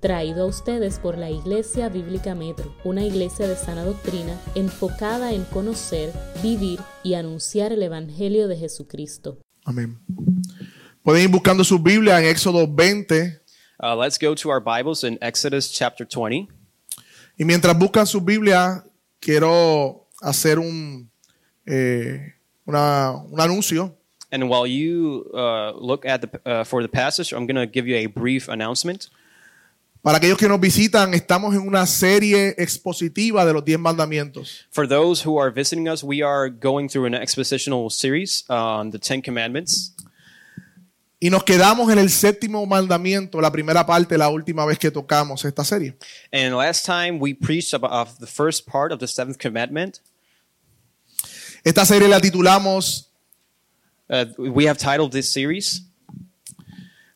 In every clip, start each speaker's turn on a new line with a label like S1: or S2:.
S1: traído a ustedes por la Iglesia Bíblica Metro, una iglesia de sana doctrina enfocada en conocer, vivir y anunciar el Evangelio de Jesucristo.
S2: Amén. Pueden ir buscando su Biblia en Éxodo 20
S3: Uh, let's go to our Bibles in Exodus chapter 20.
S2: y mientras buscan su Biblia quiero hacer un, eh, una- un anuncio.
S3: And while you uh, look at the, uh, for the passage, I'm going to give you a brief announcement.
S2: Para aquellos que nos visitan, estamos en una serie expositiva de los diez mandamientos.
S3: For those who are visiting us, we are going through an expositional series on the Ten Commandments.
S2: Y nos quedamos en el séptimo mandamiento, la primera parte, la última vez que tocamos esta serie.
S3: And last time we preached about of the first part of the seventh commandment.
S2: Esta serie la titulamos
S3: Uh, we have titled this series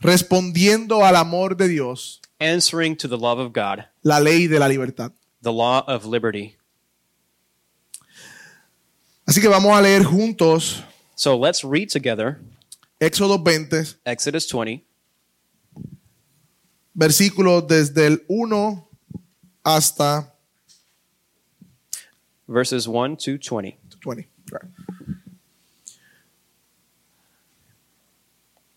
S2: Respondiendo al amor de Dios,
S3: Answering to the Love of God,
S2: la ley de la libertad.
S3: the Law of Liberty.
S2: Así que vamos a leer juntos
S3: So let's read together
S2: Éxodo 20,
S3: Exodus 20,
S2: versículos desde el 1 hasta
S3: verses 1 to 20.
S2: 20.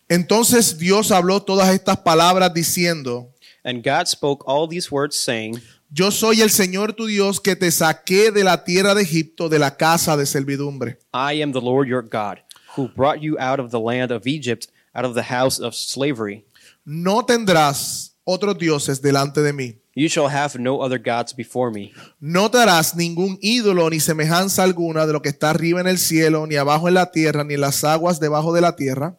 S2: Entonces Dios habló todas estas palabras diciendo,
S3: And God spoke all these words, saying,
S2: yo soy el Señor tu Dios que te saqué de la tierra de Egipto, de la casa de servidumbre.
S3: I am the Lord your God, who brought you out of the land of Egypt, out of the house of slavery.
S2: No tendrás otros dioses delante de mí.
S3: You shall have no other gods before me.
S2: No te harás ningún ídolo ni semejanza alguna de lo que está arriba en el cielo, ni abajo en la tierra, ni en las aguas debajo de la tierra.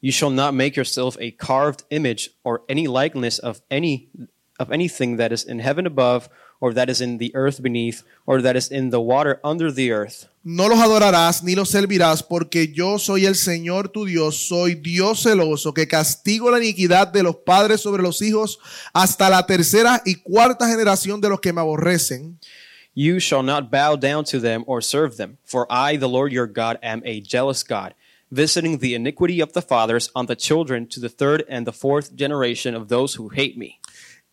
S3: You shall not make yourself a carved image or any likeness of any of anything that is in heaven above, or that is in the earth beneath, or that is in the water under the earth.
S2: No los adorarás ni los servirás, porque yo soy el Señor tu Dios, soy Dios celoso, que castigo la iniquidad de los padres sobre los hijos hasta la tercera y cuarta generación de los que me aborrecen,
S3: You shall not bow down to them or serve them, for I, the Lord your God, am a jealous God, visiting the iniquity of the fathers on the children to the third and the fourth generation of those who hate me.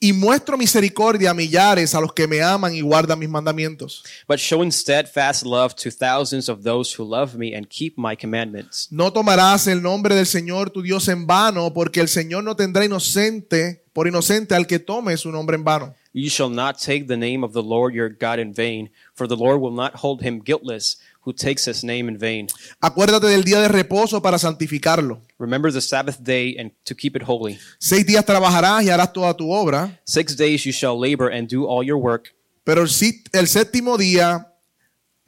S2: y muestro misericordia a millares a los que me aman y guardan mis mandamientos.
S3: but showing steadfast love to thousands of those who love me and keep my commandments.
S2: No tomarás el nombre del Señor tu Dios en vano, porque el Señor no tendrá inocente por inocente al que tome su nombre en vano.
S3: You shall not take the name of the Lord your God in vain, for the Lord will not hold him guiltless who takes his name in vain.
S2: Acuérdate del día de reposo para santificarlo.
S3: Remember the Sabbath day and to keep it holy.
S2: Seis días trabajarás y harás toda tu obra.
S3: Six days you shall labor and do all your work,
S2: Pero el, sit- el séptimo día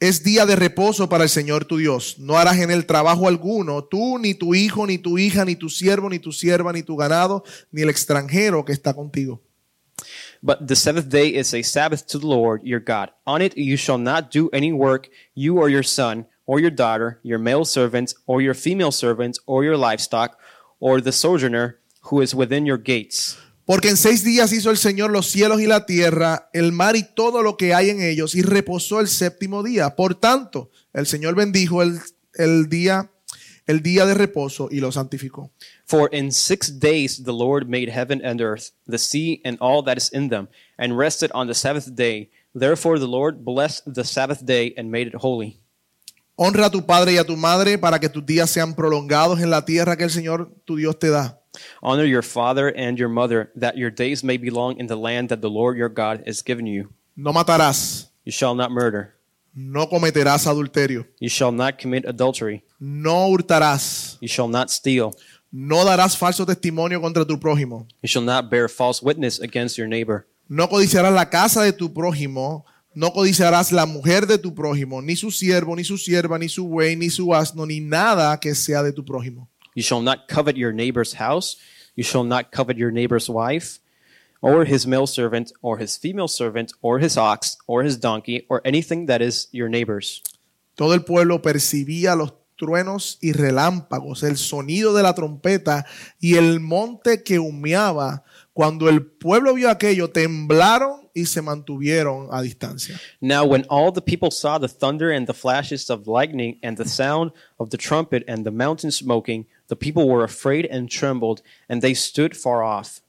S2: es día de reposo para el Señor tu Dios. No harás en él trabajo alguno, tú, ni tu hijo, ni tu hija, ni tu siervo, ni tu sierva, ni tu ganado, ni el extranjero que está contigo.
S3: but the seventh day is a Sabbath to the Lord your God. On it you shall not do any work, you or your son, or your daughter, your male servant, or your female servant, or your livestock, or the sojourner who is within your gates.
S2: Porque en seis días hizo el Señor los cielos y la tierra, el mar y todo lo que hay en ellos, y reposó el séptimo día. Por tanto, el Señor bendijo el, el día, el día de reposo y lo santificó.
S3: For in six days the Lord made heaven and earth, the sea and all that is in them, and rested on the seventh day. Therefore the Lord blessed the Sabbath day and made it holy.
S2: Honra a tu padre y a tu madre para que tus días sean prolongados en la tierra que el Señor tu Dios te da.
S3: Honor your father and your mother, that your days may be long in the land that the Lord your God has given you.
S2: No matarás,
S3: You shall not murder.
S2: no cometerás adulterio,
S3: You shall not commit adultery.
S2: no hurtarás,
S3: You shall not steal.
S2: no darás falso testimonio contra tu prójimo,
S3: You shall not bear false witness against your neighbor.
S2: no codiciarás la casa de tu prójimo, no codiciarás la mujer de tu prójimo, ni su siervo, ni su sierva, ni su buey, ni su asno, ni nada que sea de tu prójimo.
S3: You shall not covet your neighbor's house. You shall not covet your neighbor's wife, or his male servant, or his female servant, or his ox, or his donkey, or anything that is your neighbor's.
S2: Todo el pueblo percibía los truenos y relámpagos, el sonido de la trompeta y el monte que humeaba. Cuando el pueblo vio aquello, temblaron y se mantuvieron a distancia.
S3: Now, when all the people saw the thunder and the flashes of lightning, and the sound of the trumpet, and the mountain smoking, the people were afraid and trembled, and they stood far off.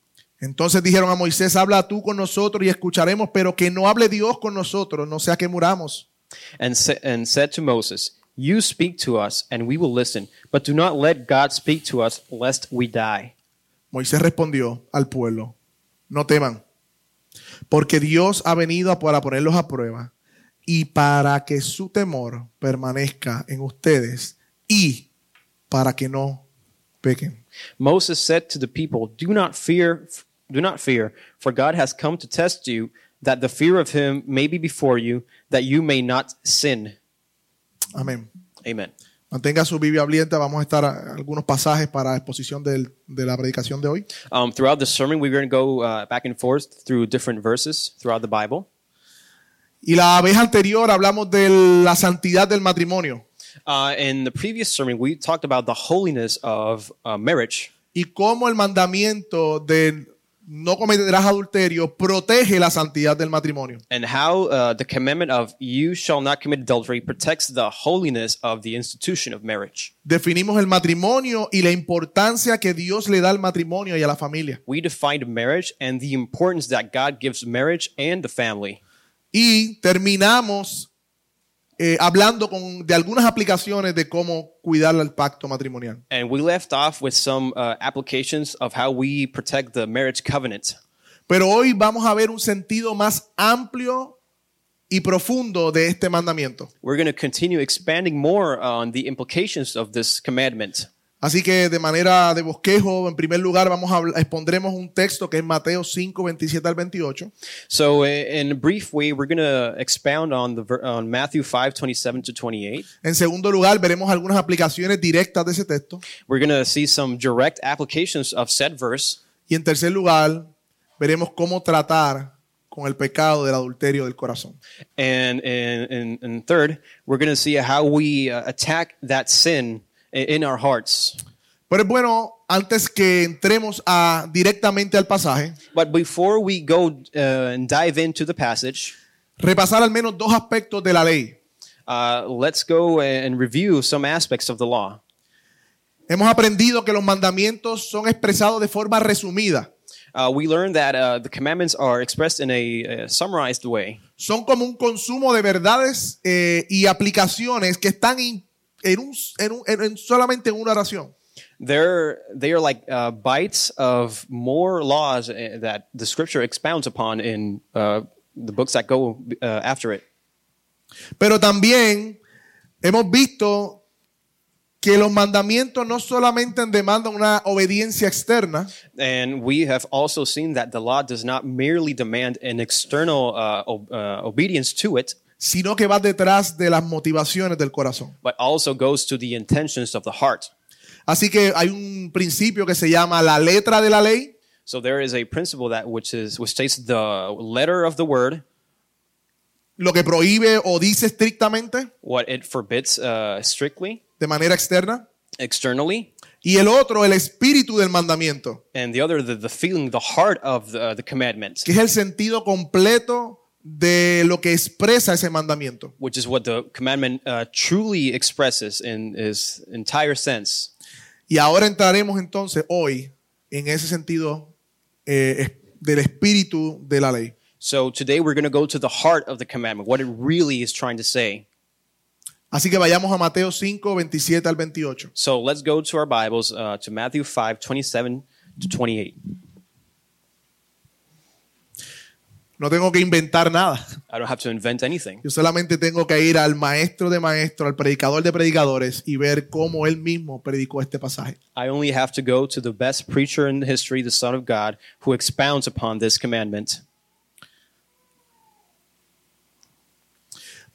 S2: Entonces dijeron a Moisés, habla tú con nosotros y escucharemos, pero que no hable Dios con nosotros, no sea que muramos.
S3: and, sa- and said to Moses, You speak to us, and we will listen, but do not let God speak to us, lest we die.
S2: Moisés respondió al pueblo, no teman, porque Dios ha venido para ponerlos a prueba y para que su temor permanezca en ustedes y para que no pequen.
S3: Moses said to the people, Do not fear, do not fear, for God has come to test you, that the fear of him may be before you, that you may not sin.
S2: Amén.
S3: Amen.
S2: Mantenga su Biblia abierta, vamos a estar a- algunos pasajes para exposición del- de la predicación de hoy.
S3: Um, throughout the sermon, we're going to go uh, back and forth through different verses throughout the Bible.
S2: Y la vez anterior hablamos de la santidad del matrimonio
S3: Uh, in the previous sermon, we talked about the holiness of uh, marriage
S2: y cómo el mandamiento de no cometerás adulterio protege la santidad del matrimonio.
S3: and how uh, the commandment of you shall not commit adultery protects the holiness of the institution of marriage.
S2: Definimos el matrimonio y la importancia que Dios le da al matrimonio y a la familia.
S3: We defined marriage and the importance that God gives marriage and the family.
S2: Y terminamos eh, hablando con- de algunas aplicaciones de cómo cuidar el pacto matrimonial.
S3: And we left off with some uh, applications of how we protect the marriage covenant.
S2: Pero hoy vamos a ver un sentido más amplio y profundo de este mandamiento.
S3: We're going to continue expanding more on the implications of this commandment.
S2: Así que de manera de bosquejo, en primer lugar, vamos a habl- expondremos un texto que es Mateo 5, 27 al 28.
S3: So, i- in a brief way, we're going to expound on the ver- on Matthew 5 27 to 28.
S2: En segundo lugar, veremos algunas aplicaciones directas de ese texto.
S3: We're going to see some direct applications of said verse.
S2: Y en tercer lugar, veremos cómo tratar con el pecado del adulterio del corazón.
S3: And, and, and, and third, we're going to see how we uh, attack that sin i- in our hearts.
S2: Pero es bueno, antes que entremos a- directamente al pasaje,
S3: But before we go uh, and dive into the passage,
S2: repasar al menos dos aspectos de la ley.
S3: uh, let's go and review some aspects of the law.
S2: Hemos aprendido que los mandamientos son expresados de forma resumida.
S3: Uh, we learned that uh, the commandments are expressed in a, uh summarized way.
S2: Son como un consumo de verdades eh, y aplicaciones que están in- en un- en un- en- en solamente en una oración.
S3: They're, they are like uh, bites of more laws uh, that the scripture expounds upon in uh, the books that go uh, after it.
S2: Pero también hemos visto que los mandamientos no solamente demandan una obediencia externa,
S3: And we have also seen that the law does not merely demand an external uh, o- uh, obedience to it,
S2: sino que va detrás de las motivaciones del corazón.
S3: but also goes to the intentions of the heart.
S2: Así que hay un principio que se llama la letra de la ley,
S3: So there is a principle that which is which states the letter of the word,
S2: lo que prohíbe o dice estrictamente
S3: what it forbids uh, strictly,
S2: de manera externa,
S3: externally,
S2: y el otro, el espíritu del mandamiento,
S3: and the other the, the feeling, the heart of the, the commandment,
S2: que es el sentido completo de lo que expresa ese mandamiento.
S3: which is what the commandment uh, truly expresses in its entire sense.
S2: Y ahora entraremos entonces hoy en ese sentido eh, es- del espíritu de la ley.
S3: So today we're going to go to the heart of the commandment, what it really is trying to say.
S2: Así que vayamos a Mateo 5, 27 al 28.
S3: So let's go to our Bibles uh, to Matthew 5, 27 to 28.
S2: No tengo que inventar nada.
S3: I don't have to invent anything.
S2: Yo solamente tengo que ir al maestro de maestros, al predicador de predicadores y ver cómo él mismo predicó este pasaje.
S3: I only have to go to the best preacher in history, the Son of God, who expounds upon this commandment.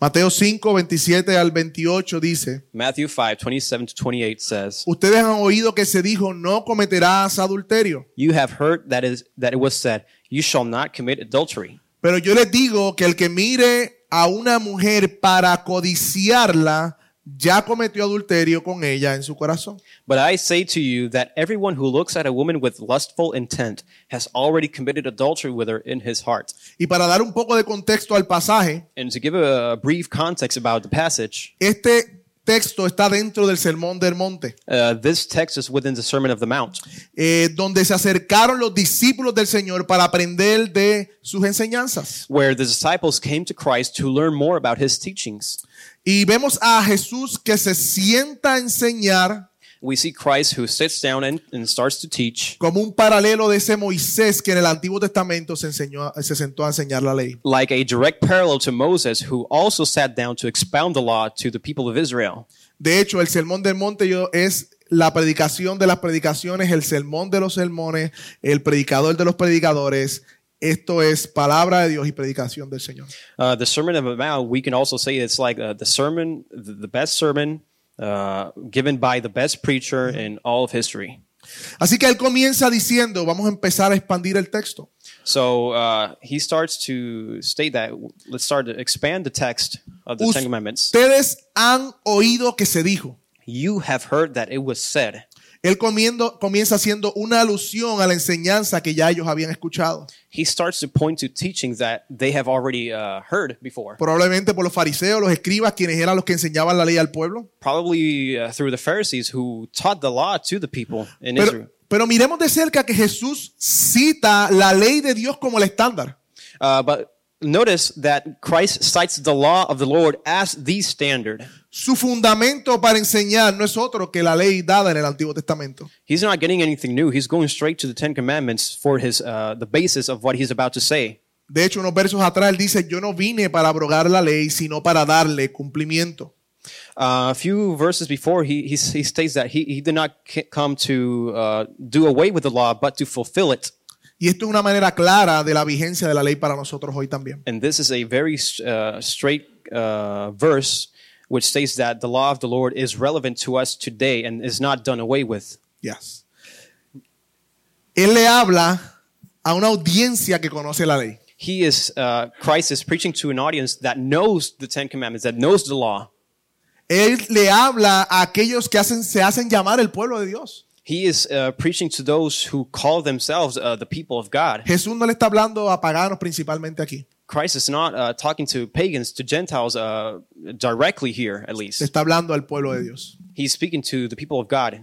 S2: Mateo 5, 27 al 28 dice,
S3: Matthew 5, 27 to 28 says,
S2: ustedes han oído que se dijo, no cometerás adulterio.
S3: You have heard that, is, that it was said, You shall not commit adultery.
S2: Pero yo les digo que el que mire a una mujer para codiciarla, ya cometió adulterio con ella en su corazón.
S3: But I say to you that everyone who looks at a woman with lustful intent has already committed adultery with her in his heart.
S2: Y para dar un poco de contexto al pasaje,
S3: And to give a brief context about the passage,
S2: este texto está dentro del Sermón del Monte,
S3: Uh, this text is within the Sermon of the Mount,
S2: eh, donde se acercaron los discípulos del Señor para aprender de sus enseñanzas.
S3: where the disciples came to Christ to learn more about his teachings.
S2: Y vemos a Jesús que se sienta a enseñar
S3: We see Christ who sits down and, and starts to teach,
S2: como un paralelo de ese Moisés que en el Antiguo Testamento se, enseñó, se sentó a enseñar la ley.
S3: like a direct parallel to Moses, who also sat down to expound the law to the people of Israel.
S2: De hecho, el Sermón del Monte yo- es la predicación de las predicaciones, el sermón de los sermones, el predicador de los predicadores. Esto es palabra de Dios y predicación del Señor.
S3: Uh, the Sermon of the Mount, we can also say it's like uh, the sermon, the, the best sermon uh, given by the best preacher in all of history.
S2: Así que él comienza diciendo, vamos a empezar a expandir el texto.
S3: So uh, he starts to state that. Let's start to expand the text of the Ten Commandments.
S2: Ustedes han oído que se dijo.
S3: You have heard that it was said.
S2: Él comiendo- comienza haciendo una alusión a la enseñanza que ya ellos habían escuchado,
S3: He starts to point to teachings that they have already uh, heard before,
S2: probablemente por los fariseos, los escribas, quienes eran los que enseñaban la ley al pueblo.
S3: probably uh, through the Pharisees who taught the law to the people in Israel.
S2: Pero, pero miremos de cerca que Jesús cita la ley de Dios como el estándar.
S3: Uh, but notice that Christ cites the law of the Lord as the standard.
S2: Su fundamento para enseñar no es otro que la ley dada en el Antiguo Testamento.
S3: He's not getting anything new. He's going straight to the Ten Commandments for his uh, the basis of what he's about to say.
S2: De hecho, unos versos atrás él dice, yo no vine para abrogar la ley, sino para darle cumplimiento.
S3: Uh, a few verses before, he, he, he states that he, he did not c- come to uh, do away with the law, but to fulfill it.
S2: Y esto es una manera clara de la vigencia de la ley para nosotros hoy también.
S3: And this is a very uh, straight uh, verse which states that the law of the Lord is relevant to us today and is not done away with.
S2: Yes. Él le habla a una audiencia que conoce la ley.
S3: He is, uh, Christ is preaching to an audience that knows the Ten Commandments, that knows the law.
S2: Él le habla a aquellos que hacen, se hacen llamar el pueblo de Dios.
S3: He is uh, preaching to those who call themselves uh, the people of God.
S2: Jesús no le está hablando a paganos principalmente aquí.
S3: Christ is not uh, talking to pagans, to Gentiles uh, directly here, at
S2: Le
S3: least.
S2: está hablando al pueblo de Dios.
S3: He's speaking to the people of God.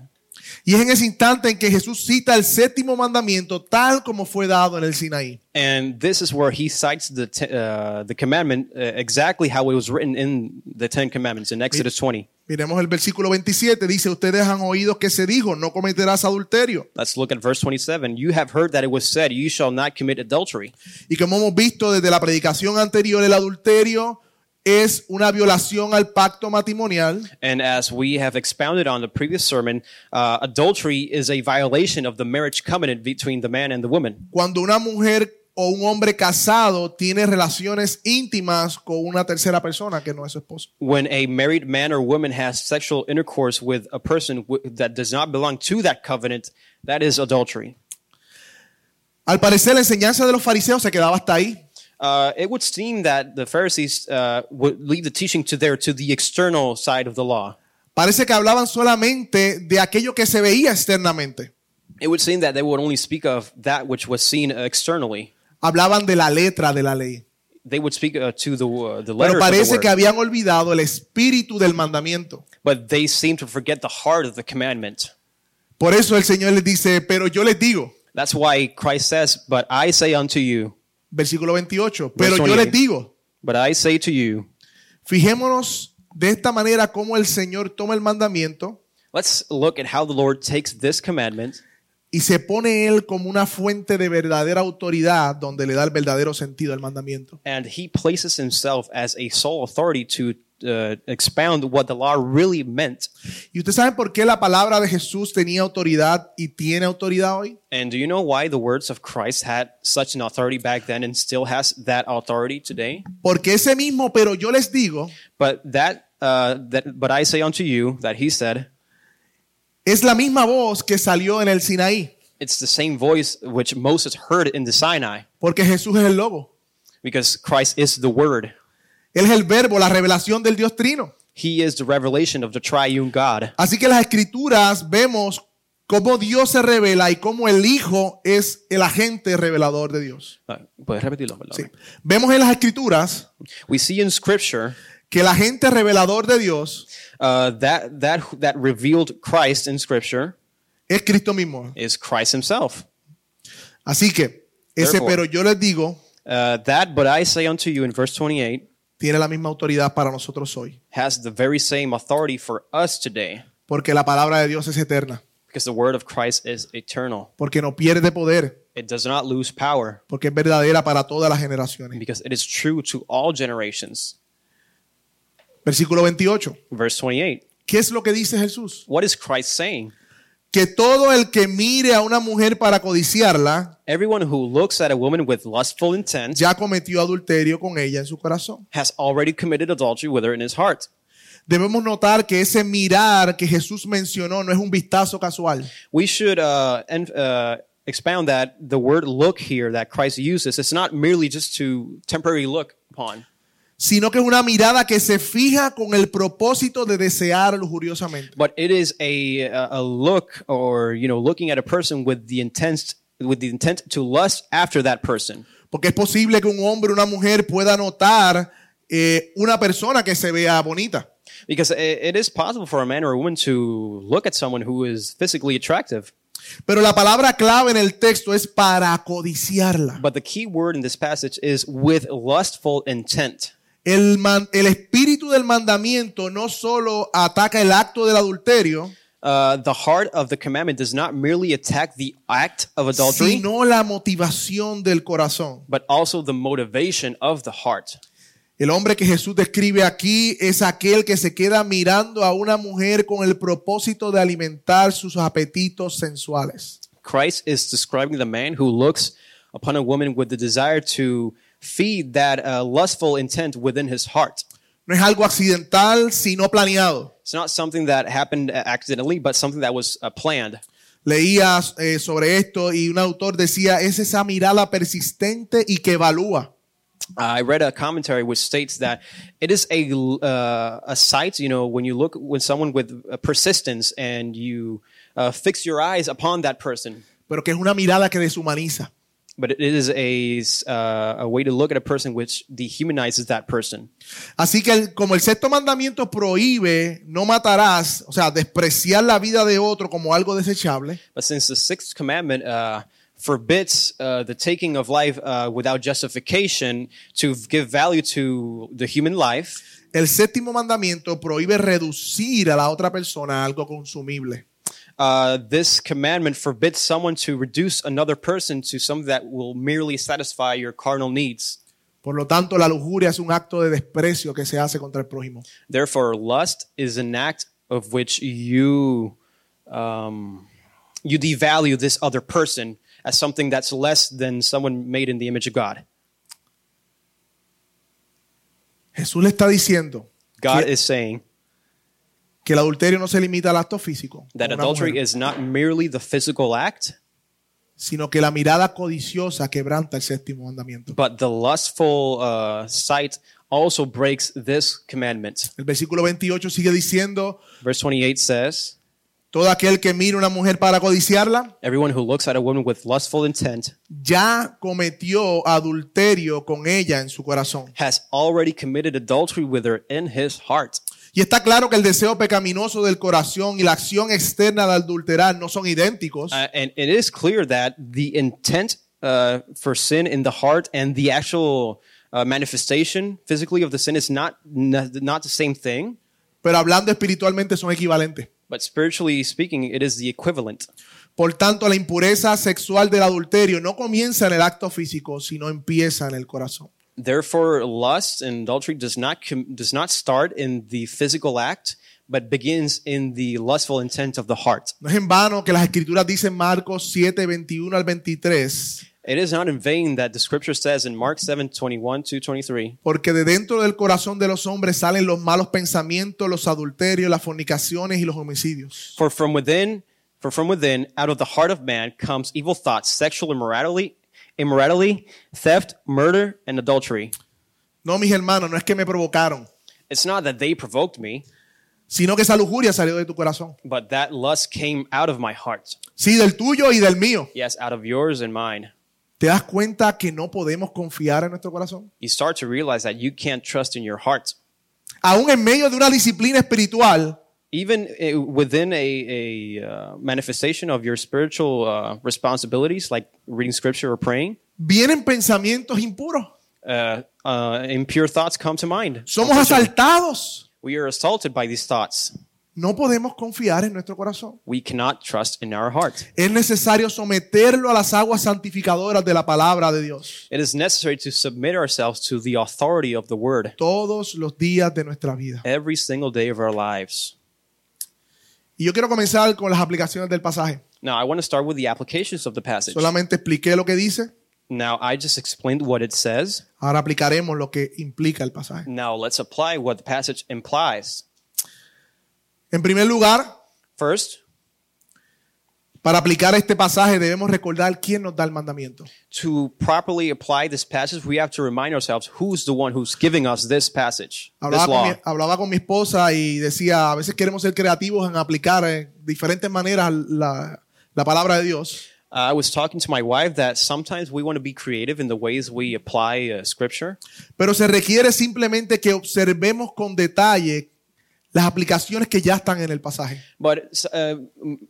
S2: Y es en ese instante en que Jesús cita el séptimo mandamiento tal como fue dado en el Sinaí.
S3: And this is where he cites the, te- uh, the commandment uh, exactly how it was written in the Ten Commandments in Exodus 20.
S2: Miremos el versículo 27, dice, ustedes han oído que se dijo, no cometerás adulterio.
S3: Let's look at verse 27. You have heard that it was said, You shall not commit adultery.
S2: Y como hemos visto desde la predicación anterior, el adulterio es una violación al pacto matrimonial
S3: And as we have expounded on the previous sermon, uh, adultery is a violation of the marriage covenant between the man and the woman.
S2: cuando una mujer o un hombre casado tiene relaciones íntimas con una tercera persona que no es su esposo.
S3: When a married man or woman has sexual intercourse with a person w- that does not belong to that covenant, that is adultery.
S2: Al parecer la enseñanza de los fariseos se quedaba hasta ahí.
S3: Uh, it would seem that the Pharisees uh, would leave the teaching to their to the external side of the law.
S2: Parece que hablaban solamente de aquello que se veía externamente.
S3: It would seem that they would only speak of that which was seen externally.
S2: Hablaban de la letra de la ley.
S3: They would speak uh, to the uh, the
S2: Pero
S3: letter of the
S2: parece
S3: word,
S2: que habían olvidado el espíritu del mandamiento.
S3: but they seem to forget the heart of the commandment.
S2: Por eso el Señor les dice, pero yo les digo,
S3: That's why Christ says, "But I say unto you,
S2: versículo 28, pero yo
S3: 28.
S2: les digo,
S3: but I say to you."
S2: fijémonos de esta manera cómo el Señor toma el mandamiento
S3: Let's look at how the Lord takes this commandment
S2: y se pone él como una fuente de verdadera autoridad donde le da el verdadero sentido al mandamiento.
S3: and he places himself as a sole authority to uh, expound what the law really meant.
S2: ¿Y ustedes saben por qué la palabra de Jesús tenía autoridad y tiene autoridad hoy?
S3: And do you know why the words of Christ had such an authority back then and still has that authority today?
S2: Porque ese mismo, pero yo les digo,
S3: But that, uh, that but I say unto you that he said,
S2: es la misma voz que salió en el Sinaí,
S3: it's the same voice which Moses heard in the Sinai,
S2: porque Jesús es el lobo.
S3: because Christ is the Word.
S2: Él es el verbo, la revelación del Dios Trino.
S3: He is the revelation of the triune God.
S2: Así que las escrituras vemos cómo Dios se revela y cómo el Hijo es el agente revelador de Dios.
S3: Uh, puedes repetirlo, por favor?
S2: Sí. Vemos en las escrituras
S3: We see in Scripture
S2: que el agente revelador de Dios
S3: Uh, that that that revealed Christ in Scripture
S2: es Cristo mismo.
S3: is Christ Himself.
S2: Así que ese
S3: Therefore.
S2: pero yo les digo
S3: Uh, that, but I say unto you in verse 28,
S2: tiene la misma autoridad para nosotros hoy,
S3: has the very same authority for us today,
S2: porque la palabra de Dios es eterna,
S3: because the word of Christ is eternal.
S2: porque no pierde poder,
S3: It does not lose power,
S2: porque es verdadera para todas las generaciones.
S3: because it is true to all generations.
S2: Versículo 28.
S3: Verse 28.
S2: ¿Qué es lo que dice Jesús?
S3: What is Christ saying?
S2: Que todo el que mire a una mujer para codiciarla
S3: Everyone who looks at a woman with lustful intent
S2: ya cometió adulterio con ella en su corazón.
S3: has already committed adultery with her in his heart.
S2: Debemos notar que ese mirar que Jesús mencionó no es un vistazo casual.
S3: We should uh, en- uh, expound that the word look here that Christ uses, it's not merely just to temporarily look upon,
S2: sino que es una mirada que se fija con el propósito de desear lujuriosamente.
S3: but it is a, a a look or, you know, looking at a person with the intent with the intent to lust after that person.
S2: Porque es posible que un hombre o una mujer pueda notar eh, una persona que se vea bonita,
S3: Because i- it is possible for a man or a woman to look at someone who is physically attractive,
S2: pero la palabra clave en el texto es para codiciarla.
S3: but the key word in this passage is with lustful intent.
S2: El, man- el espíritu del mandamiento no solo ataca el acto del adulterio,
S3: Uh, the heart of the commandment does not merely attack the act of adultery,
S2: sino la motivación del corazón.
S3: but also the motivation of the heart.
S2: El hombre que Jesús describe aquí es aquel que se queda mirando a una mujer con el propósito de alimentar sus apetitos sensuales.
S3: Christ is describing the man who looks upon a woman with the desire to feed that uh, lustful intent within his heart.
S2: No es algo accidental, sino planeado.
S3: It's not something that happened uh, accidentally, but something that was uh, planned.
S2: Leía eh, sobre esto y un autor decía, es esa mirada persistente y que evalúa.
S3: Uh, I read a commentary which states that it is a uh, a sight. You know, when you look with someone with uh, persistence and you uh, fix your eyes upon that person,
S2: pero que es una mirada que deshumaniza.
S3: but it is a uh, a way to look at a person which dehumanizes that person.
S2: Así que el- como el sexto mandamiento prohíbe, no matarás, o sea, despreciar la vida de otro como algo desechable,
S3: But since the sixth commandment uh, forbids uh, the taking of life uh, without justification to give value to the human life,
S2: el séptimo mandamiento prohíbe reducir a la otra persona a algo consumible.
S3: uh, this commandment forbids someone to reduce another person to something that will merely satisfy your carnal needs.
S2: Por lo tanto, la lujuria es un acto de desprecio que se hace contra el prójimo.
S3: Therefore, lust is an act of which you um, you devalue this other person as something that's less than someone made in the image of God.
S2: Jesús le está diciendo
S3: God
S2: que,
S3: is saying
S2: que el adulterio no se limita al acto físico,
S3: that
S2: con una
S3: adultery
S2: mujer,
S3: is not merely the physical act,
S2: sino que la mirada codiciosa quebranta el séptimo mandamiento.
S3: but the lustful uh, sight also breaks this commandment.
S2: El versículo 28 sigue diciendo,
S3: Verse 28 says,
S2: todo aquel que mira a una mujer para codiciarla,
S3: Everyone who looks at a woman with lustful intent
S2: ya cometió adulterio con ella en su corazón.
S3: has already committed adultery with her in his heart.
S2: Y está claro que el deseo pecaminoso del corazón y la acción externa de adulterar no son idénticos,
S3: Uh, and it is clear that the intent uh, for sin in the heart and the actual uh, manifestation physically of the sin is not, n- not the same thing,
S2: pero hablando espiritualmente son equivalentes.
S3: but spiritually speaking, it is the equivalent.
S2: Por tanto, la impureza sexual del adulterio no comienza en el acto físico, sino empieza en el corazón.
S3: Therefore, lust and adultery does not com- does not start in the physical act, but begins in the lustful intent of the heart.
S2: No es en vano que las escrituras dicen Marcos 7, 21 al 23,
S3: It is not in vain that the scripture says in Mark 7, 21 to 23,
S2: porque de dentro del corazón de los hombres salen los malos pensamientos, los adulterios, las fornicaciones y los homicidios.
S3: for from within, for from within, out of the heart of man comes evil thoughts, sexual immorality, immorality, theft, murder, and adultery.
S2: No, mis hermanos, no es que me provocaron.
S3: It's not that they provoked me,
S2: sino que esa lujuria salió de tu corazón.
S3: but that lust came out of my heart.
S2: Sí, del tuyo y del mío.
S3: Yes, out of yours and mine.
S2: ¿Te das cuenta que no podemos confiar en nuestro corazón?
S3: You start to realize that you can't trust in your heart.
S2: aún en medio de una disciplina espiritual,
S3: even uh, within a, a uh, manifestation of your spiritual uh, responsibilities, like reading scripture or praying,
S2: vienen pensamientos impuros.
S3: uh, uh, impure thoughts come to mind.
S2: Somos asaltados.
S3: We are assaulted by these thoughts.
S2: No podemos confiar en nuestro corazón.
S3: We cannot trust in our heart.
S2: Es necesario someterlo a las aguas santificadoras de la palabra de Dios
S3: It is necessary to submit ourselves to the authority of the word
S2: todos los días de nuestra vida.
S3: every single day of our lives.
S2: Y yo quiero comenzar con las aplicaciones del pasaje.
S3: Now, I want to start with the applications of the passage.
S2: Solamente expliqué lo que dice,
S3: Now, I just explained what it says.
S2: ahora aplicaremos lo que implica el pasaje.
S3: Now, let's apply what the passage implies.
S2: En primer lugar,
S3: First,
S2: para aplicar este pasaje debemos recordar quién nos da el mandamiento.
S3: to properly apply this passage, we have to remind ourselves who's the one who's giving us this passage,
S2: Hablaba
S3: this
S2: con,
S3: law.
S2: mi, hablaba con mi esposa y decía, a veces queremos ser creativos en aplicar en diferentes maneras la, la palabra de Dios.
S3: Uh, I was talking to my wife that sometimes we want to be creative in the ways we apply uh, scripture,
S2: Pero se requiere simplemente que observemos con detalle las aplicaciones que ya están en el pasaje.
S3: but uh,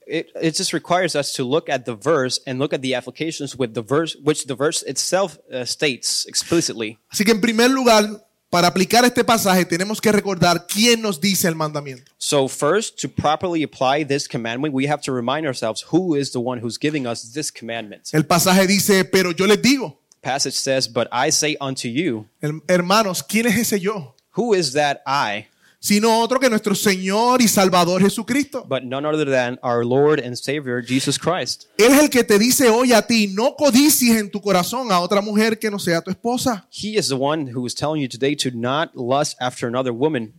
S3: it, it just requires us to look at the verse and look at the applications with the verse, which the verse itself uh, states explicitly.
S2: Así que en primer lugar, para aplicar este pasaje tenemos que recordar quién nos dice el mandamiento.
S3: So, first, to properly apply this commandment, we have to remind ourselves who is the one who's giving us this commandment.
S2: El pasaje dice, pero yo les digo,
S3: Passage says, But I say unto you,
S2: her- hermanos, ¿quién es ese yo?
S3: who is that I?
S2: Sino otro que nuestro Señor y Salvador Jesucristo.
S3: but none other than our Lord and Savior Jesus Christ.
S2: Él es el que te dice hoy a ti, no codicies en tu corazón a otra mujer que no sea tu esposa.
S3: He is the one who is telling you today to not lust after another woman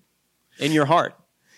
S3: in your heart.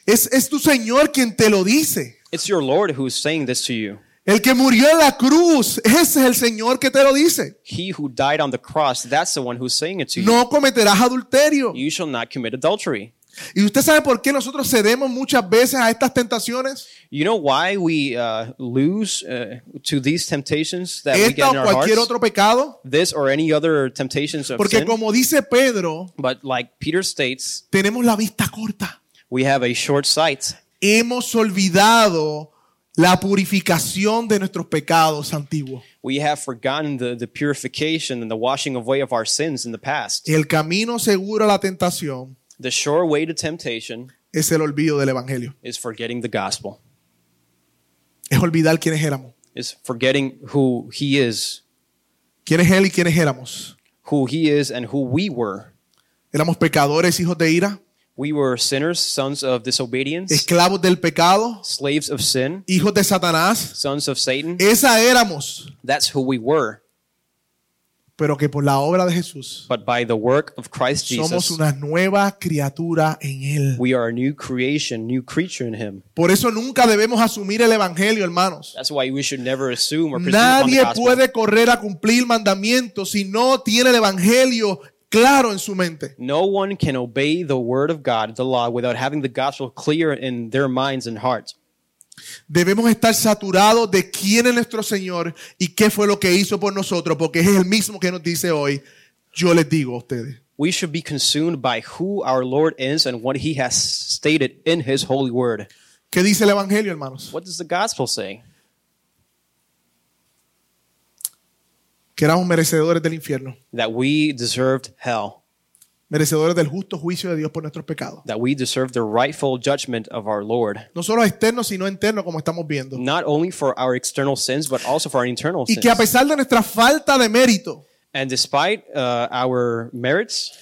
S2: Es, es tu Señor quien te lo dice.
S3: It's your Lord who is saying this to you.
S2: El que murió en la cruz, ese es el Señor que te lo dice.
S3: He who died on the cross, that's the one who's saying it to you.
S2: No cometerás adulterio.
S3: You shall not commit adultery.
S2: Y usted sabe por qué nosotros cedemos muchas veces a estas tentaciones.
S3: You know why we uh, lose uh, to these temptations that we
S2: Esta
S3: get in
S2: o
S3: our hearts?
S2: cualquier otro pecado.
S3: This or any other temptations of
S2: Porque
S3: sin.
S2: como dice Pedro,
S3: But like Peter states,
S2: tenemos la vista corta.
S3: we have a short sight.
S2: Hemos olvidado la purificación de nuestros pecados antiguos.
S3: We have forgotten the, the purification and the washing away of our sins in the past.
S2: El camino seguro a la tentación
S3: The sure way to temptation
S2: es el olvido del Evangelio.
S3: is forgetting the gospel,
S2: Es olvidar quiénes éramos.
S3: is forgetting who he is,
S2: ¿Quién es Él y quiénes éramos?
S3: who he is and who we were.
S2: Éramos pecadores, hijos de ira,
S3: We were sinners, sons of disobedience,
S2: esclavos del pecado,
S3: slaves of sin,
S2: hijos de Satanás.
S3: sons of Satan.
S2: Esa éramos,
S3: That's who we were.
S2: pero que por la obra de Jesús
S3: But by the work of Christ
S2: somos
S3: Jesus,
S2: una nueva criatura en Él.
S3: we are a new creation, new creature in him.
S2: Por eso nunca debemos asumir el Evangelio, hermanos.
S3: That's why we should never assume or presume upon the
S2: Nadie
S3: gospel.
S2: puede correr a cumplir mandamientos si no tiene el Evangelio claro en su mente.
S3: No one can obey the word of God, the law, without having the gospel clear in their minds and hearts.
S2: Debemos estar saturados de quién es nuestro Señor y qué fue lo que hizo por nosotros, porque es el mismo que nos dice hoy, yo les digo a ustedes.
S3: we should be consumed by who our Lord is and what he has stated in his holy word.
S2: ¿Qué dice el Evangelio, hermanos?
S3: What does the gospel say?
S2: Que éramos merecedores del infierno,
S3: That we deserved hell,
S2: merecedores del justo juicio de Dios por nuestros pecados.
S3: that we deserved the rightful judgment of our Lord,
S2: No solo externos, sino internos, como estamos viendo.
S3: not only for our external sins, but also for our internal
S2: Y que a
S3: sins.
S2: pesar de nuestra falta de mérito,
S3: And despite uh, our merits,